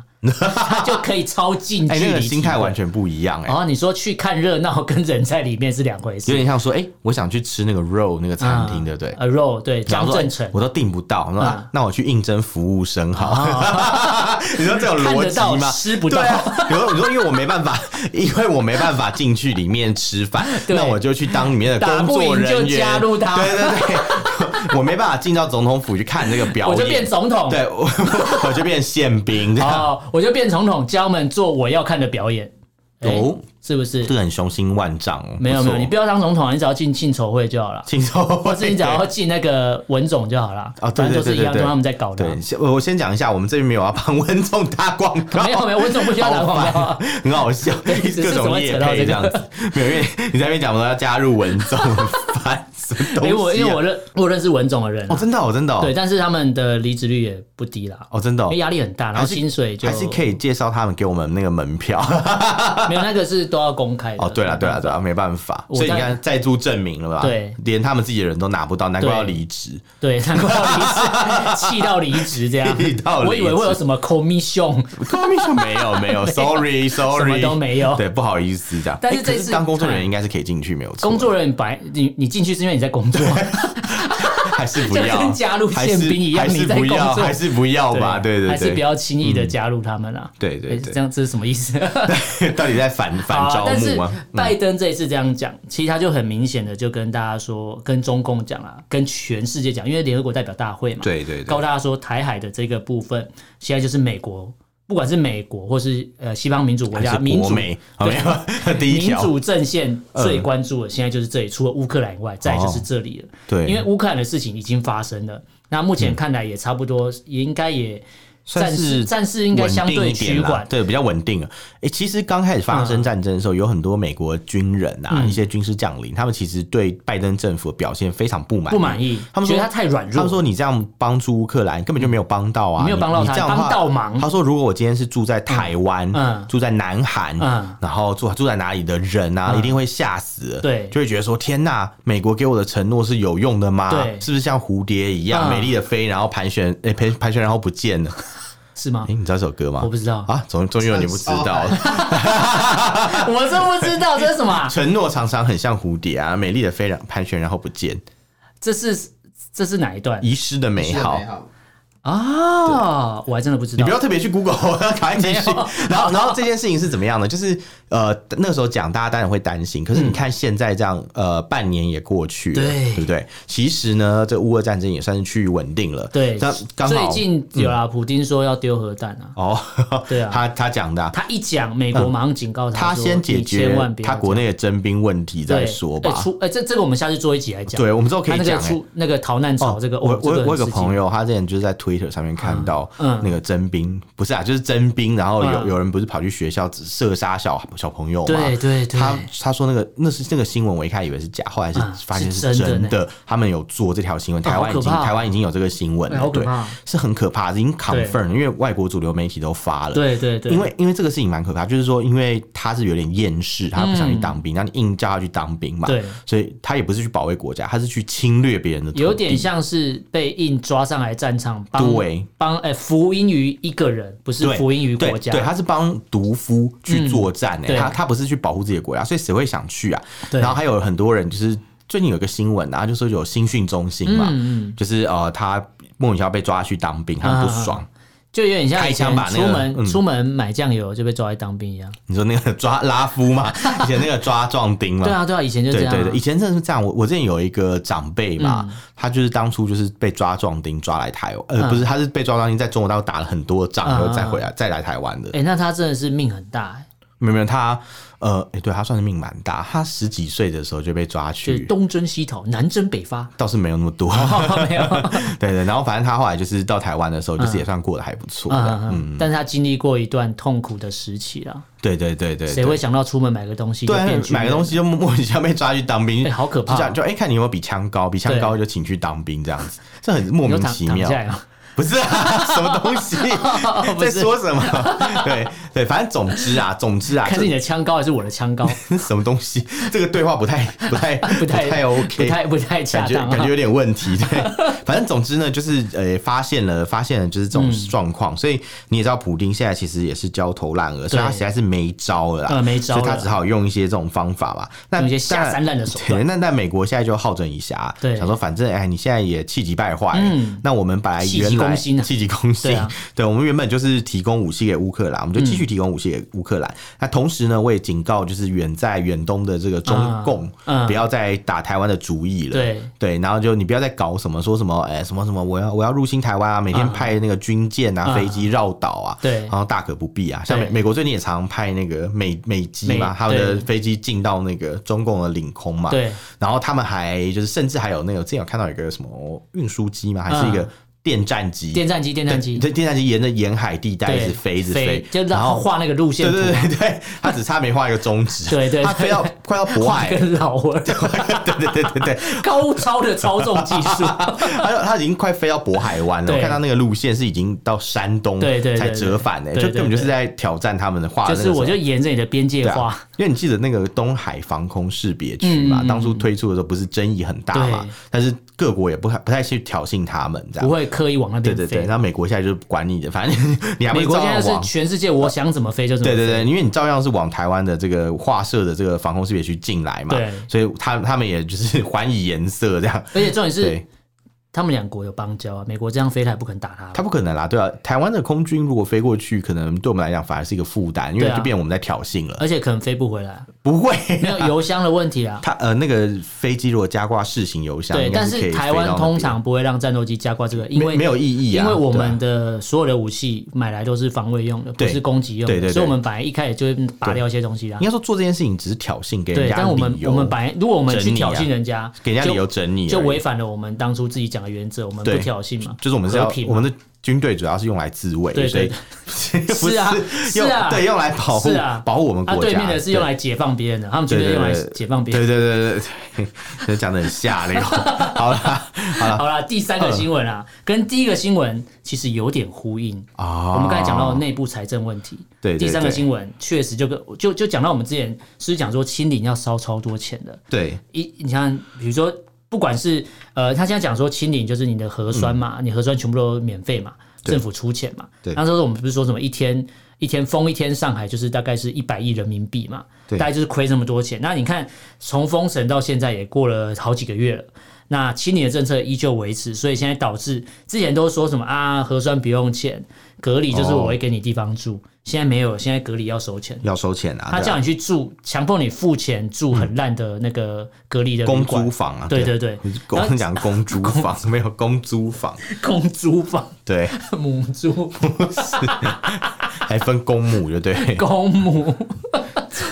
A: 他就可以超近距
B: 哎、
A: 离体会。
B: 那个心态完全不一样哎、
A: 哦，你说去看热闹跟人在里面是两回
B: 有
A: 事。
B: 点像说哎、我想去吃那个肉那个餐厅，对不对？
A: 呃肉对
B: 然
A: 江
B: 后说
A: 正
B: 哎
A: 成，
B: 我都订不到，我说、啊
A: 嗯
B: 那我去应征服务生好。 你说这有
A: 哦看
B: 逻
A: 得到
B: 辑吗？
A: 吃不到
B: 对啊，你说你说，因为我没办法， 因为我没办法进去里面吃饭，
A: 对
B: 那我就去当里面的
A: 打
B: 工
A: 不
B: 作
A: 赢就
B: 人员，
A: 加入他
B: 对对对， 我没办法进到总统府去看这个表
A: 我
B: 演，
A: 就变总统。
B: 哎对，我 我就变宪兵这样。
A: 哦，我就变总统，教他们做我要看的表演。哎
B: 哦，
A: 是不是
B: 这？个很雄心万丈哦。
A: 没有没有，你不
B: 要
A: 要当总统啊，你只要进庆筹会就好了。
B: 轻松，
A: 或是你只要进那个文总就好了，
B: 哦对
A: 反正
B: 对
A: 都是
B: 对
A: 一样，
B: 对
A: 都
B: 对
A: 他们在搞的啊
B: 对，。先我我先讲一下，我们这边没有要帮温总打广 告，
A: 没有没有，文总不需要打广告 啊，
B: 很好笑，
A: 只是
B: 各
A: 怎么
B: 种
A: 会
B: 夜
A: 扯到
B: 配
A: 这
B: 这样
A: 个
B: 子。没有，因为你在那边讲说要加入文综，很 烦死 东西啊。
A: 因为我因为我认我认识文总的人啊
B: 哦，，真的哦，真的哦，
A: 对，但是他们的离职率也不低啦，
B: 哦，真的
A: 因
B: 哦
A: 为，压力很大，然后
B: 还是
A: 薪水就
B: 还是可以介绍他们给我们那个门票。
A: 没有那个是都要公开的。
B: 哦，对了，对了，对了，没办法，
A: 我
B: 所以你
A: 在
B: 看债主证明了吧？
A: 对，
B: 连他们自己的人都拿不到，难怪
A: 对
B: 要离职。
A: 对，难怪要离 职，气到离职这样
B: 气到。离职
A: 我以为会有什么 commission，
B: 根本就没有，没有，sorry，sorry，
A: 什么都没有
B: 对，不好意思，这样。
A: 但是
B: 诶可
A: 这次
B: 当工作人员应该是可以进去，没有错。
A: 工作人员白你你进去是因为你在工作，啊
B: 还是 不
A: 就
B: 要，
A: 跟加入宪兵一样
B: 还是
A: 你在
B: 不
A: 工
B: 要，
A: 作
B: 还是不要吧？对对
A: 还是
B: 对，
A: 不要轻易的加入他们啦。
B: 对对
A: 哎
B: 对
A: 这样这是什么意 思？
B: 到底在反反
A: 好啊
B: 招
A: 但
B: 募
A: 是
B: 吗？嗯
A: 拜登这一次这样讲，其实他就很明显的就跟大家说，跟中共讲啊，跟全世界讲，因为联合国代表大会嘛，
B: 对对对
A: 告诉大家说，台海的这个部分现在就是美国，不管是美国或是呃西方民主国
B: 还
A: 家，
B: 是
A: 民
B: 国
A: 主
B: 美，好没 有第一
A: 民
B: 条，
A: 主阵线最关注的现在就是这里，除了乌克兰以外，再就是这里了。
B: 对，
A: 因为乌克兰的事情已经发生了，那目前看来也差不多，也应该也
B: 算
A: 战事
B: 是
A: 战事应该相
B: 稳定
A: 对
B: 一点
A: 趋
B: 啦
A: 缓。
B: 对，比较稳定了。诶，其实刚开始发生战争的时候，有很多美国军人
A: 嗯
B: 啊，一些军事将领，他们其实对拜登政府的表现非常不满，
A: 不满意，
B: 他们
A: 觉
B: 说
A: 得他太软弱。
B: 他们说你这样帮助乌克兰根本就没有帮到啊，
A: 你没有帮到
B: 你
A: 他
B: 你这样的话
A: 帮倒忙
B: 他说如果我今天是住在台湾，
A: 嗯嗯
B: 住在南韩，
A: 嗯
B: 然后住住在哪里的人啊，
A: 嗯
B: 一定会吓死，
A: 对
B: 就会觉得说天呐，美国给我的承诺是有用的吗？
A: 对
B: 是不是像蝴蝶一样
A: 嗯
B: 美丽的飞，然后盘旋，哎，盘盘旋然后不见了？
A: 是吗
B: 哎，？你知道这首歌吗？
A: 我不知道，
B: 啊，终终于有你不知道，哎
A: 啊我真不知道这是什么啊、
B: 承诺常常很像蝴蝶啊，美丽的飞，然后盘旋然后不见，
A: 这是这是哪一段
B: 遗失的美好。
A: 啊？我还真的不知
B: 你
A: 道
B: 不。要特别去 Google，赶 快继续
A: 没有。
B: 然后，然后这件事情是怎么样呢？就是呃，那个时候讲，大家当然会担心。可是你看现在这样，呃，半年也过去了，
A: 嗯对
B: 对不对？其实呢，这乌俄战争也算是趋于稳定了。
A: 对
B: 那，刚
A: 最
B: 好嗯
A: 近有啦，普丁说要丢核弹啊。
B: 哦，
A: 对啊
B: 他他讲的啊、
A: 他一讲，美国马上警告
B: 他
A: 说
B: 先解
A: 你千
B: 决
A: 万别
B: 他国内的征兵问题再说吧。哦
A: 出哎，这这个我们下次做一集来讲。
B: 对我们之后可
A: 他
B: 以
A: 那个
B: 讲哎
A: 出那个逃难潮这个，
B: 我
A: 哦这
B: 我
A: 个
B: 我有
A: 很刺
B: 个
A: 激
B: 朋友，他之前就是在 Twitter 上面看到
A: 嗯嗯
B: 那个征兵，不是啊，就是征兵，然后有、
A: 嗯
B: 有人不是跑去学校射杀小小朋友嘛？
A: 对对对，
B: 他他说那个那是那个新闻，我一开始以为是假，后来是
A: 嗯
B: 发现
A: 是
B: 是
A: 真的
B: 真
A: 呢哦
B: 的。他们有做这条新闻，台湾已经、
A: 好可怕
B: 台湾已经有这个新闻
A: 哎好
B: 了，
A: 可
B: 对
A: 怕，
B: 是很可怕，已经 confirm，因为外国主流媒体都发了。
A: 对对对，
B: 因为因为这个事情蛮可怕，就是说，因为他是有点厌世，他不想去当兵，那、你硬叫他去当兵嘛，
A: 对，
B: 所以他也不是去保卫国家，他是去侵略别人的土地，
A: 有点像是被硬抓上来战场，帮
B: 对
A: 帮哎服膺于一个人，不是
B: 对
A: 服膺于
B: 对
A: 国家。嗯
B: 对，他是帮独夫去作战诶、
A: 对
B: 他他不是去保护自己的国家，所以谁会想去啊？
A: 对
B: 然后还有很多人就是最近有个新闻啊，就说有新训中心嘛，
A: 嗯
B: 就是呃他莫名其妙被抓去当兵，他们不爽。
A: 嗯就有点像以前
B: 开枪把那
A: 出
B: 个
A: 门、
B: 嗯
A: 出门买酱油就被抓去当兵一样。
B: 你说那个抓拉夫 嘛，以前那个抓壮丁嘛
A: 对。啊对啊，以前就这
B: 嗯对
A: 样啊、
B: 对对，以前真的是这样。我我之前有一个长辈嘛，他就是当初就是被抓壮丁抓来台湾，
A: 嗯
B: 呃，不是，他是被抓壮丁在中国大陆打了很多仗，然后再回来再来台湾的。
A: 哎、那他真的是命很大、欸，
B: 没有没有，他呃，诶对他算是命蛮大，他十几岁的时候就被抓
A: 就是
B: 去，
A: 东征西讨，南征北伐。
B: 倒是没有那么多。
A: 哦没有，
B: 对对，然后反正他后来就是到台湾的时候，就是也算过得还不错
A: 嗯
B: 的。
A: 嗯嗯，但是他经历过一段痛苦的时期啦。
B: 对对对对，
A: 谁
B: 对
A: 会想到出门买个东西就
B: 对啊
A: 变军人
B: 买个东？西就莫名其妙被抓去当兵
A: 哎，好可怕
B: 就这样就哎，看你有没有比枪高，比枪
A: 对
B: 高就请去当兵这样子，这很莫
A: 你就
B: 名
A: 躺
B: 其
A: 躺
B: 妙
A: 下。来吗？
B: 不 是啊，什么东西
A: 不
B: 在
A: 是
B: 说什么？对对，反正总之啊，总之啊，
A: 看是你的枪高还是我的枪高？
B: 这 什么东西？这个对话不太不太
A: 不太
B: 太 OK，
A: 不太不太恰
B: 感觉
A: 当、啊
B: 感觉有点问题。对， 反正总之呢，就是呃，发现了发现了就是这种
A: 嗯
B: 状况，所以你也知道，普丁现在其实也是焦头烂额，所以他实在是没招了啦，
A: 呃没招
B: 所以他
A: 了
B: 只好用一些这种方法吧。那
A: 用一些下
B: 当然
A: 三滥的手段
B: 对，那那美国现在就好整以暇，
A: 对嗯
B: 想说反正哎，你现在也气急败坏，那我们本来
A: 气急
B: 原来
A: 攻心啊
B: 气急攻心，
A: 对啊嗯
B: 对我们原本就是提供武器给乌克兰，我们就继续提供武器给乌克兰。那同时呢，我也警告就是远在远东的这个中
A: 啊
B: 共，
A: 嗯
B: 不要再打台湾的主意了。
A: 对
B: 对，然后就你不要再搞什么说什么哎、什么什么，我要我要入侵台湾啊，每天派那个军舰啊、
A: 嗯
B: 飞机绕岛啊，
A: 对
B: 然后大可不必啊。像美
A: 对
B: 美国最近也常派那个美美机嘛
A: 美，
B: 他们的
A: 对
B: 飞机进到那个中共的领空嘛，
A: 对，
B: 然后他们还就是甚至还有那个之前有看到有一个什么运输机嘛，还是一个
A: 嗯
B: 电战机。
A: 电战机，电战机，
B: 对，电战机沿着沿海地带一
A: 对，
B: 直飞，一直
A: 飞，
B: 飞，
A: 就让
B: 然
A: 他
B: 后
A: 画那个路线
B: 对
A: 图，啊
B: 对对对，他只差没画一个中 指，
A: 对对
B: 他飞到快 到渤
A: 画
B: 海
A: 一，个老儿，
B: 对 对对对对，
A: 高超的操纵技 术，
B: 他就他已经快飞到渤海湾了。
A: 对
B: 我看到那个路线是已经到山东，
A: 对对对
B: 才折返呢，
A: 对
B: 就
A: 对
B: 根本就是在挑战他们的画的
A: 就
B: 那个
A: 是
B: 什么。
A: 我就沿着你的边界
B: 对
A: 画
B: 啊，，因为你记得那个东海防空识别区嘛，当初推出的时候不是争议很大嘛
A: 嗯对，
B: 但是各国也不太不太去挑衅他们这
A: 不
B: 样。
A: 会刻意往那
B: 对啊
A: 边
B: 对对，
A: 飞。
B: 那美国现在就是管你的， 反正你还不
A: 美
B: 是
A: 国
B: 照
A: 现在
B: 样
A: 是
B: 往。
A: 全世界，我想怎么飞就怎么
B: 对
A: 飞。
B: 对对，因为你照样是往台湾的这个画社的这个防空识别区进来嘛
A: 对，
B: 所以他他们也就是还以颜色这样。
A: 而且重点是
B: 对，，
A: 他们两国有邦交啊，美国这样飞他也不肯打他。
B: 他不可能啦，对啊，台湾的空军如果飞过去，可能对我们来讲反而是一个负担，因为
A: 对啊
B: 就变我们在挑衅了。
A: 而且可能飞不回 来，
B: 不会，
A: 没有油箱的问题 啊。
B: 他呃那个飞机如果加挂式型油箱，
A: 对，
B: 应该
A: 但
B: 可以
A: 是
B: 飞
A: 台
B: 到
A: 湾
B: 那
A: 通
B: 边
A: 常不会让战斗机加挂这个，因为
B: 没没有意义啊，
A: 因为我们
B: 对啊
A: 的所有的武器买来都是防卫用的，不
B: 对
A: 是攻击用的，
B: 对对对
A: 所以我们本来一开始就会拔掉一些东西啦
B: 应。该说做这件事情只是挑衅给人
A: 啊对，
B: 家
A: 但我们
B: 理由
A: 我们本来如果我们去
B: 整你啊
A: 挑衅人家，
B: 给人家
A: 就
B: 理由整你而已，
A: 就违反了我们当初自己讲的原则，我们不
B: 对
A: 挑衅嘛。
B: 就是我们是
A: 和
B: 要
A: 平
B: 我
A: 嘛
B: 们的军队主要是用来自卫，
A: 对
B: 所以
A: 对
B: 不
A: 是啊是
B: 用
A: 啊
B: 对用来保护
A: 是啊
B: 保护我们
A: 啊，
B: 国
A: 对
B: 家，
A: 面的是用来解放别人的，他们绝
B: 对
A: 对
B: 对
A: 用来
B: 对
A: 解放别人。
B: 对对对对对， 这讲的很下流，好啦好啦
A: 好啦，第三个新闻啊，
B: 嗯
A: 跟第一个新闻其实有点呼应。
B: 啊，
A: 我们刚才讲到内部财政问题，
B: 对对
A: 第三个
B: 对
A: 新闻确实就跟就就讲到我们之前是不是讲说清零要烧超多钱的，
B: 对
A: 一你像比如说，不管是呃，他现在讲说清零就是你的核酸嘛，你核酸全部都免费嘛，政府出钱嘛。
B: 嗯对
A: 那时候我们不是说什么一天一天封一天，上海就是大概是一百亿人民币嘛，
B: 对
A: 大概就是亏这么多钱。那你看从封城到现在也过了好几个月了。那清零的政策依旧维持，所以现在导致之前都说什么啊，核酸不用钱，隔离
B: 哦
A: 就是我会给你地方住，现在没有，现在隔离要收钱。
B: 要收钱啊，
A: 他
B: 对啊
A: 叫你去住，强迫你付钱住很烂的那个隔离的旅
B: 公
A: 馆
B: 租， 房啊，
A: 对
B: 对
A: 对对，然后
B: 公讲公租房 没有公租房，
A: 公租房、
B: 对，
A: 母租、
B: 还分公母就对，
A: 公母，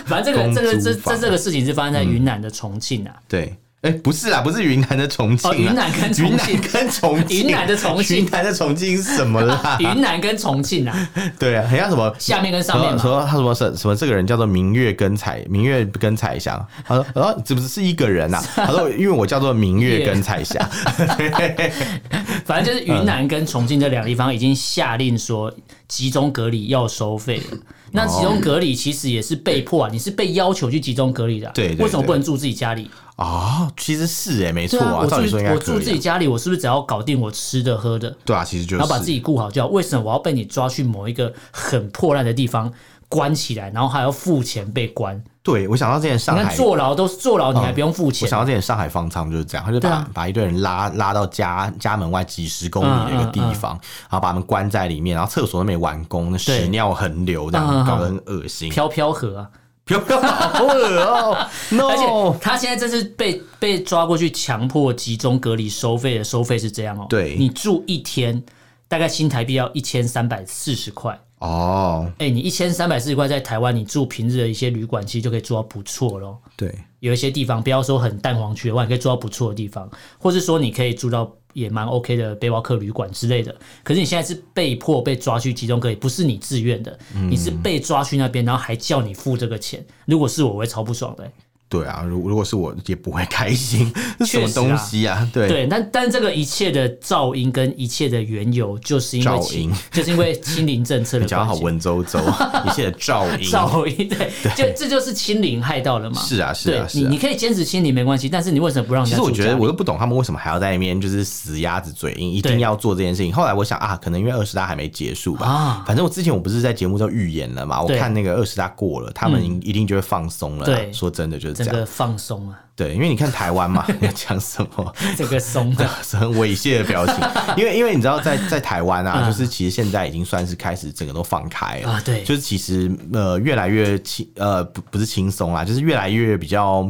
A: 反正这个这个
B: 公租
A: 这
B: 房
A: 这这个事情是发生在云南的重庆啊。
B: 对，哎，不是啦，不是云南的重庆啊
A: 哦，
B: 啦，
A: 云南跟重
B: 云
A: 庆
B: 南，跟重庆，
A: 云南的重庆？
B: 云南的重庆是什么啦
A: 云南跟重庆啊，
B: 对啊，很像什么
A: 下面跟上 面嘛
B: 说说他什么什什么这个人叫做明月跟彩明月跟彩霞，他说哦，这不是是一个人呐、他说因为我叫做明月跟彩霞，嗯
A: 反正就是云南跟重庆这两个地方已经下令说集中隔离要收费了。
B: 哦
A: 那集中隔离其实也是被迫啊，你是被要求去集中隔离的啊、
B: 对对对
A: 为什么不能住自己家里？
B: 哦，其实是哎、没错
A: 对啊，我
B: 照理
A: 住
B: 说应该
A: 我
B: 可
A: 住自己
B: 以、啊。
A: 家里，我是不是只要搞定我吃的喝的，
B: 对啊，其实就是
A: 然后把自己顾好就好？为什么我要被你抓去某一个很破烂的地方关起来，然后还要付钱被关？
B: 对我想到之前上
A: 你看
B: 海，嗯
A: 坐牢都坐牢，你还不用付
B: 我
A: 钱
B: 想，到之前上海方舱就是这样，他就把、
A: 对啊
B: 把一堆人拉拉到家家门外几十公里的
A: 嗯
B: 一个地方，然后把他们关在里面，然后厕所都没完工，那
A: 对
B: 屎尿横流，这样、
A: 嗯嗯嗯
B: 搞得很恶心。
A: 飘飘河啊！
B: 不要不要，好恶哦！No，
A: 而且他现在这是被被抓过去强迫集中隔离收费的，收费是这样哦、
B: 对
A: 你住一天，大概新台币要一千三百四十块。
B: 哦，
A: 哎、你一千三百四十块在台湾，你住平日的一些旅馆，其实就可以住到不错咯。
B: 对，
A: 有一些地方，不要说很蛋黄区的话，你可以住到不错的地方，或是说你可以住到也蛮 OK 的背包客旅馆之类的。可是你现在是被迫被抓去集中隔离，不是你自愿的，
B: 嗯
A: 你是被抓去那边，然后还叫你付这个钱。如果是我，我会超不爽的欸、
B: 对啊，如如果是我也不会开 心，这什么东西啊？对，
A: 对，但但这个一切的噪音跟一切的缘由，就是因为
B: 噪
A: 清
B: 音
A: 就是因为清零政策的
B: 你讲得好
A: 关系。啊
B: 文绉绉， 一切的噪音。
A: 噪音对，就这就是清零害到了嘛。
B: 是啊是啊
A: 对
B: 是啊
A: 你你可以坚持清零没关系，但是你为什么不让人家
B: 其实
A: 住
B: 我
A: 家里？
B: 觉得我都不懂他们为什么还要在那边就是死鸭子嘴硬，一
A: 对
B: 定要做这件事情。后来我想啊，可能因为二十大还没结束吧。
A: 啊
B: 反正我之前我不是在节目中预言了嘛，我
A: 对嗯
B: 看那个二十大过了，他们一定就会放松了啦。
A: 对
B: 说真的就是这
A: 整
B: 样。
A: 个放松啊，
B: 对，因为你看台湾嘛， 你要讲什么？
A: 整个松啊的。
B: 是很猥亵的表情，因为因为你知道在在台湾啊，
A: 嗯
B: 就是其实现在已经算是开始整个都放开了
A: 啊对
B: 就是其实呃越来越轻呃不不是轻松啦，就是越来越比较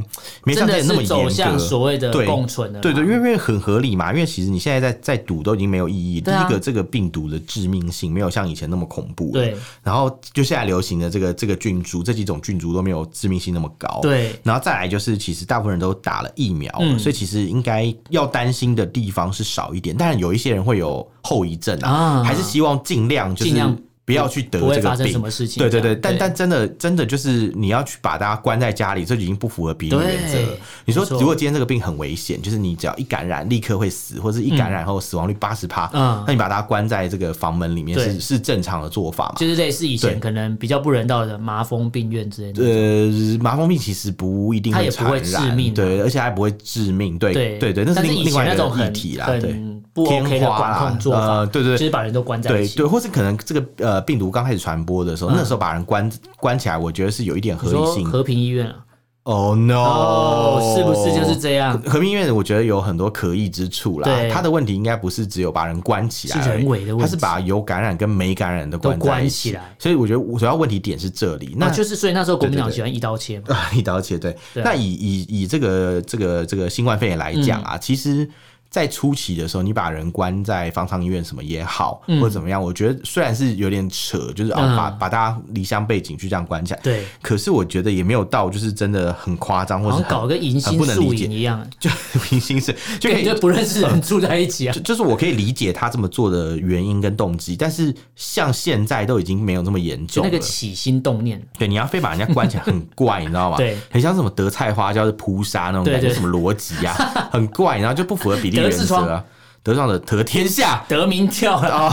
B: 没
A: 真
B: 像之
A: 的
B: 前那么
A: 是走
B: 严
A: 向
B: 格。
A: 所谓的
B: 对
A: 共存的嘛，
B: 对对，因为因为很合理嘛，因为其实你现在在在赌都已经没有意义。
A: 对啊
B: 第一个，这个病毒的致命性没有像以前那么恐怖了。
A: 对。
B: 然后就现在流行的这个这个菌株，这几种菌株都没有致命性那么高。
A: 对
B: 然后再来就是，其实大部分人都打了疫苗，
A: 嗯
B: 所以其实应该要担心的地方是少一点。但有一些人会有后遗症啊，
A: 啊
B: 还是希望尽量就是
A: 尽量
B: 不要去得
A: 不会
B: 这个
A: 发生
B: 病
A: 什。么事情这
B: 对
A: 样。
B: 对对，但但真的真的就是你要去把大家关在家里，这已经不符合比例原则了
A: 对。
B: 你说
A: 没错
B: 如果今天这个病很危险，就是你只要一感染立刻会死，或者是一感染后死亡率八十趴，
A: 嗯
B: 那你把大家关在这个房门里面
A: 对
B: 是是正常的做法嘛？
A: 就是类似以前
B: 对
A: 可能比较不人道的麻风病院之类的。
B: 呃，麻风病其实不一定
A: 它也不
B: 传
A: 会
B: 染，
A: 致命啊
B: 对，而且还不会致命，对
A: 对
B: 对对，那
A: 但是
B: 另
A: 以
B: 另
A: 前
B: 外
A: 那
B: 一个
A: 种
B: 议
A: 很
B: 题啦，对。
A: 很不
B: 天
A: OK 的
B: 花啦
A: 管控做法，
B: 呃对对对
A: 就是把人都关在
B: 对
A: 一起。嗯
B: 对，或是可能这个呃病毒刚开始传播的时候，那时候把人关关起来，我觉得是有一点合
A: 你
B: 理
A: 说
B: 性。
A: 和平医院啊？
B: Oh no！
A: 哦，是不是就是这样？
B: 和平医院我觉得有很多可疑之处啦
A: 对，
B: 他的问题应该不是只有把人关起来而已，
A: 是人为的问题
B: 他是把有感染跟没感染的关
A: 都关
B: 在一
A: 起来
B: 所以我觉得主要问题点是这里。那
A: 那就是所以那时候国民党
B: 对对对
A: 喜欢一刀切嘛。
B: 啊，一刀切对。
A: 对啊
B: 那以以以这个这个这个新冠肺炎来讲
A: 嗯
B: 啊，其实。在初期的时候，你把人关在方舱医院什么也好，或者怎么样，我觉得虽然是有点扯，就是啊，
A: 嗯
B: 把把大家离乡背景去这样关起来，
A: 对，
B: 可是我觉得也没有到就是真的很夸张，或
A: 好
B: 者
A: 像搞个迎
B: 很
A: 新
B: 啊不能
A: 宿
B: 理解
A: 营一样，
B: 就明星是就可
A: 对，
B: 以
A: 就不认识人住在一起啊
B: 就。就是我可以理解他这么做的原因跟动机，但是像现在都已经没有这么严
A: 就
B: 重
A: 那
B: 了。
A: 个起心动念，
B: 对，你要非把人家关起来，很怪，你知道 吗？
A: 对
B: 很像什么德菜花椒是扑杀那种感觉，
A: 对对
B: 什么逻辑啊，很怪，然后就不符合比例
A: 德
B: 原
A: 痔
B: 则
A: 疮
B: 啊。德上的得天下，
A: 得民调了，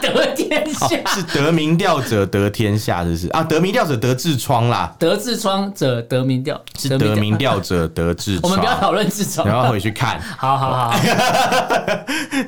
A: 得天下，
B: 哦 是得民调者得天下，这是啊，得民调者得痔疮啦，
A: 得痔疮者得民调，
B: 是得民调者得痔
A: 我们不要
B: 疮。
A: 讨论痔疮，
B: 然后回去看
A: 好好好，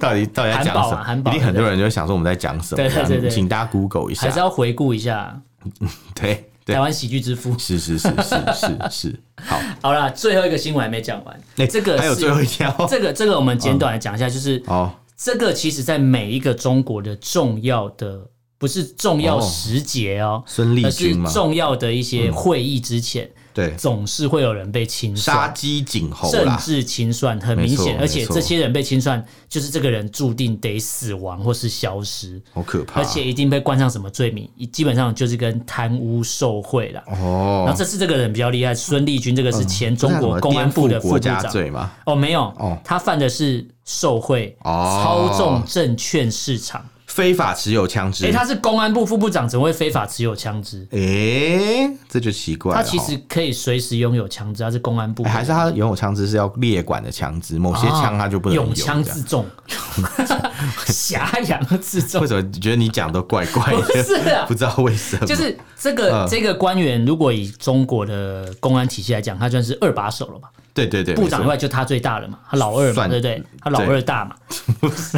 B: 到底到底
A: 韩
B: 在讲 什
A: 宝啊韩
B: 么，
A: 宝
B: 一定很多人就想说我们在讲什么
A: 对对对，对
B: 请大家 Google 一下
A: 还是。要回顾一下
B: 对对
A: 台，湾喜剧之父。
B: 是是是是是是， 好，
A: 好啦，最后一个新闻还没讲完，
B: 那
A: 这个
B: 哎还有
A: 是
B: 最后一条
A: 这个这个我们简短的讲一下，就是
B: 哦，
A: 这个其实在每一个中国的重要的不是重要时节哦，
B: 孙立
A: 而是
B: 军嘛，
A: 重要的一些会议之前，
B: 对，
A: 总是会有人被清
B: 嗯杀
A: 算。
B: 鸡儆猴
A: 政
B: 啦，
A: 治清算很明
B: 没
A: 显，
B: 错
A: 而且
B: 没错
A: 这些人被清算，就是这个人注定得死亡或是消失，
B: 好可怕，
A: 而且一定被冠上什么罪名，基本上就是跟贪污受贿啦。然
B: 哦
A: 后，这次这个人比较厉害，孙立军这个是前中
B: 这叫什
A: 国
B: 么
A: 公安部的
B: 颠覆
A: 副部
B: 国家
A: 长。
B: 罪嘛，
A: 哦，没有，
B: 哦
A: 他犯的是受贿、
B: 哦
A: 操纵证券市场。
B: 非法持有枪支
A: 哎、，他是公安部副部长，怎么会非法持有枪支？
B: 诶，这就奇怪
A: 他
B: 了哈。
A: 其实可以随时拥有枪支，他是公安部
B: 哎诶。还是他拥有枪支是要列管的枪支，某些枪他就不能
A: 啊
B: 有
A: 永枪
B: 这样
A: 自 重， 挟洋自重
B: 为，什么觉得你讲的怪怪
A: 不是啊
B: 的？不知道为什么，
A: 就是这个、
B: 嗯
A: 这个官员，如果以中国的公安体系来讲，他算是二把手了吧？
B: 对对对，
A: 部长以
B: 没
A: 外就他最大了嘛，他老二嘛，
B: 算
A: 对不对？他老二大嘛，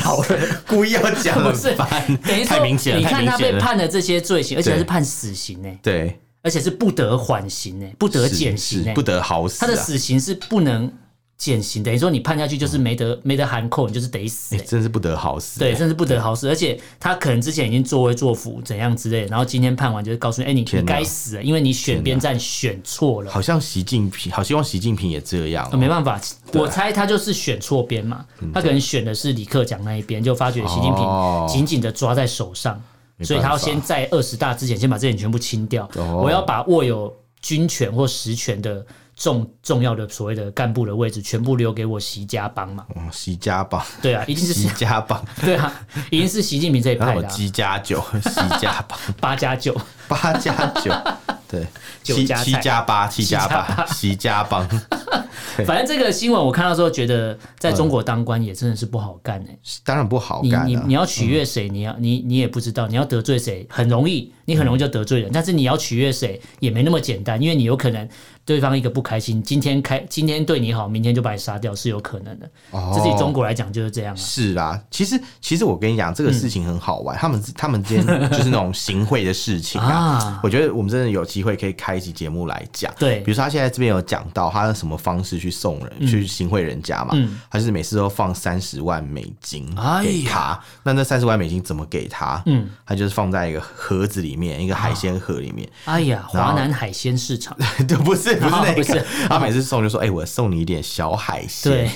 A: 老二
B: 错故意要 讲
A: 不是
B: 很烦，
A: 等于说
B: 太明显了，
A: 你
B: 太
A: 看
B: 明
A: 他
B: 显
A: 被
B: 了。
A: 判的这些罪行，而且
B: 对
A: 还是判死刑呢、
B: 对，
A: 而且是不得缓刑呢、不得
B: 是
A: 减
B: 是
A: 刑呢、
B: 不得好死
A: 欸他
B: 啊。
A: 的死刑是不能减刑，等于说你判下去就是没
B: 嗯
A: 得、没得含扣，你就是得死、
B: 哎
A: 欸。
B: 真是不得好死。
A: 对，
B: 哎
A: 甚至不得好死，而且他可能之前已经作威作福怎样之类的，然后今天判完就是告诉你，哎、你你
B: 天哪
A: 该死了，因为你选边站选错了，
B: 好像习近平，好希望习近平也这样哦。
A: 没办法，我猜他就是选错边嘛，他可能选的是李克强那一边，就发觉习近
B: 嗯哦
A: 平紧紧的抓在手上，
B: 没办法
A: 所以他要先在二十大之前先把这些人全部清掉，
B: 哦
A: 我要把握有军权或实权的重重要的所谓的干部的位置全部留给我习家帮嘛，
B: 哦，习家帮，
A: 对啊，一定是
B: 习
A: 习，
B: 家帮，
A: 对啊，一定是习近平这一
B: 然
A: 派
B: 后
A: 的啊、
B: 鸡加九，习家帮，
A: 八加九。
B: 八加九，对，
A: 九
B: 七
A: 加菜
B: 七加八，七加
A: 七加
B: 八，习家帮，
A: 反正这个新闻我看到之后，觉得在
B: 嗯
A: 中国当官也真的是不好干哎、
B: 当然不好
A: 你
B: 干
A: 你
B: 啊
A: 你。要取悦谁，你要你你也不知道，你要得罪谁很容易，你很容易就得罪人。但是你要取悦谁也没那么简单，因为你有可能对方一个不开心，今天开今天对你好，明天就把你杀掉是有可能的。
B: 哦
A: 这是以中国来讲就是这样啊。
B: 是啦，其实其实我跟你讲，这个事情很好
A: 嗯
B: 玩。他们他们之间 就是那种行贿的事情啊，
A: 啊
B: 我觉得我们真的有机会可以开一集节目来讲。
A: 对嗯
B: 比如说他现在这边有讲到他用什么方式去送人、去行贿人家嘛，他就是每次都放三十万美金
A: 哎呀
B: 给他。那那三十万美金怎么给他？嗯，他就是放在一个盒子里面，一个海鲜盒里面。
A: 哎呀，
B: 然后
A: 华南海鲜市场，
B: 就 不是不是
A: 哦
B: 那
A: 不
B: 个，
A: 是
B: 他每次送就说：“哎、我送你一点小海鲜。”
A: 对，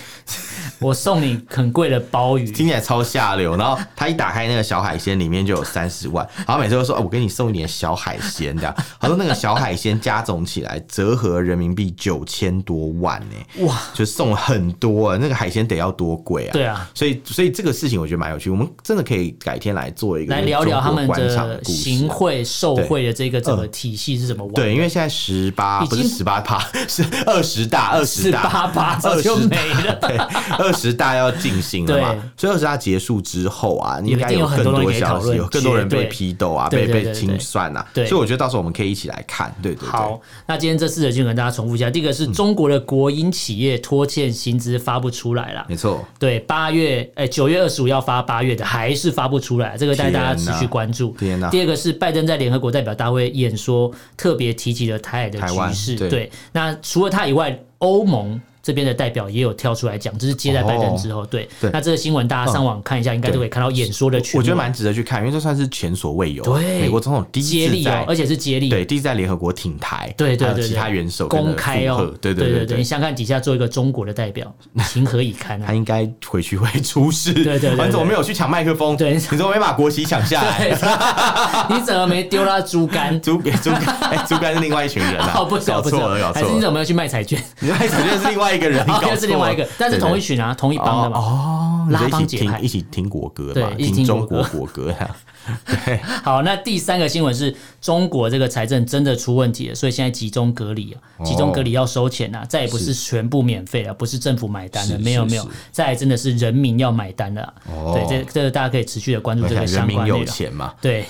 A: 我送你很贵的鲍鱼，
B: 听起来超下流。然后他一打开那个小海鲜，里面就有三十万。然后每次都说、哦：“我给你送一点小海鲜。”这样，他说那个小海鲜加总起来折合人民币九千多万呢、
A: 哇，
B: 就送很多、啊，那个海鲜得要多贵啊？
A: 对啊。
B: 所以，所以这个事情我觉得蛮有趣，我们真的可以改天来做一个
A: 来聊聊他们
B: 中国官场的
A: 的
B: 故事
A: 行贿受贿的这个整个体系是怎么玩的。
B: 对，因为现在十八
A: 已
B: 不
A: 经
B: 是十八趴，是二十大，二十
A: 四
B: 大，
A: 八八早就没了。
B: 对，二十大要进行了
A: 对
B: 嘛，所以二十大结束之后啊，应该有更多消息，有更多人被批斗啊，
A: 对
B: 被
A: 对对
B: 被清算啊，
A: 对
B: 所以我觉得到时候我们可以一起来看，对对嗯对，
A: 好，那今天这四则新闻跟大家重复一下。第一个是中国的国营企业拖欠薪资发不出来啦，
B: 没错，
A: 对，八月哎九月二十五要发，八月的还是发不出来，这个带大家持续关注。
B: 天哪
A: 第二个是拜登在联合国代表大会演说，特别提及了台海的
B: 台湾
A: 局势。
B: 对
A: 对，那除了他以外，欧盟。这边的代表也有跳出来讲，这是接待拜登之后，对，
B: 哦对
A: 那这个新闻大家上网看一下，应该都可以看到演说的全哦
B: 我觉得
A: 文
B: 蛮值得去看，因为这算是前所未有，啊
A: 对
B: 美国总统第
A: 接
B: 一次
A: 力哦
B: 在，
A: 而且是接力，
B: 对第一次在联合国挺台，
A: 对对
B: 还有
A: 对，
B: 其
A: 对
B: 他元首跟着
A: 公开
B: 附和
A: 哦，
B: 对
A: 对
B: 对
A: 你想看底下做一个中国的代表，情何以堪
B: 他
A: 啊！
B: 应该回去会出事，
A: 对对对
B: 你怎么没有去抢麦克风？
A: 对
B: 你怎么没把国旗 抢下来？？
A: 对，你怎么没丢他猪肝
B: 猪猪哎，猪肝是另外一群人啊，
A: 哦，不是
B: 搞
A: 哦，不是
B: 错了，
A: 哦，
B: 搞
A: 还是你
B: 错
A: 怎
B: 了，
A: 么没有去卖彩券？
B: 你那首先是另外一 个人， 你
A: 哦，
B: 搞
A: 又
B: 错
A: 是另外一
B: 了
A: 个，但是
B: 对对
A: 同一群啊，同一帮的嘛。
B: 哦，
A: 拉帮
B: 你就一
A: 结
B: 起
A: 派
B: 听一起听国歌
A: 对
B: 嘛，
A: 一起
B: 听
A: 听
B: 中
A: 国
B: 国国歌 啊。对，
A: 好，那第三个新闻是中国这个财政真的出问题了，所以现在集中隔离啊，集中隔离
B: 哦
A: 要收钱啊，再也不是全部免费了，不是政府买单
B: 是
A: 的，没有
B: 是
A: 没有
B: 是，
A: 再来真的是人民要买单了啊。
B: 哦
A: 对，这这个大家可以持续的关注
B: 我
A: 这个
B: 想 人
A: 相
B: 民
A: 关内
B: 有
A: 容。
B: 钱嘛，
A: 对，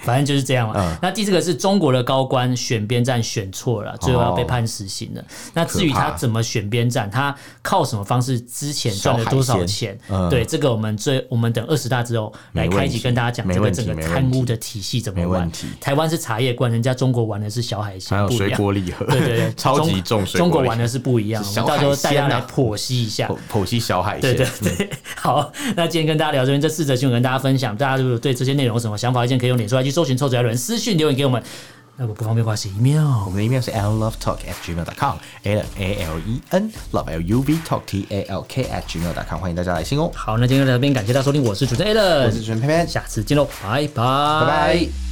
A: 反正就是这样
B: 嗯
A: 嘛。那第四
B: 哦
A: 个是中国的高官选边站选错了，最后要被判死刑了。那至于
B: 可怕
A: 他怎么选边站，他靠什么方式之前赚了多少
B: 小海鲜
A: 钱？
B: 嗯
A: 对，这个我们最我们等二十大之后来
B: 没问
A: 开集
B: 题
A: 跟大家讲
B: 没
A: 这个
B: 问题
A: 整个
B: 没问
A: 贪污
B: 题
A: 的体系怎么
B: 没问
A: 玩
B: 题。
A: 台湾是茶叶罐，人家中国玩的是小海鲜，
B: 还有
A: 不一
B: 水
A: 样。
B: 果礼盒，
A: 对对 对，
B: 超级
A: 中
B: 重水果礼盒。
A: 中国玩的是不一样，我
B: 是
A: 们到时候大
B: 小海鲜
A: 家
B: 啊
A: 来剖析一下。
B: 剖剖析小海
A: 对
B: 鲜，嗯
A: 对对， 好，那今天跟大家聊这边，这四则新闻跟大家分享。大家如果对这些内容有什么想法、意见，可以用脸书来去搜寻“臭嘴艾伦”，私讯留言给我们。那我不方便挂写 email
B: 我。们的 email 是 l love talk at gmail dot com l a l e n love l u v talk t a l k at gmail dot com，欢迎大家来信哦。
A: 好，那今天就到这边，感谢大家收听，我是主持人 a l
B: 我
A: n
B: 是主持人佩佩，
A: 下次见喽，拜拜，
B: 拜
A: 拜
B: 拜。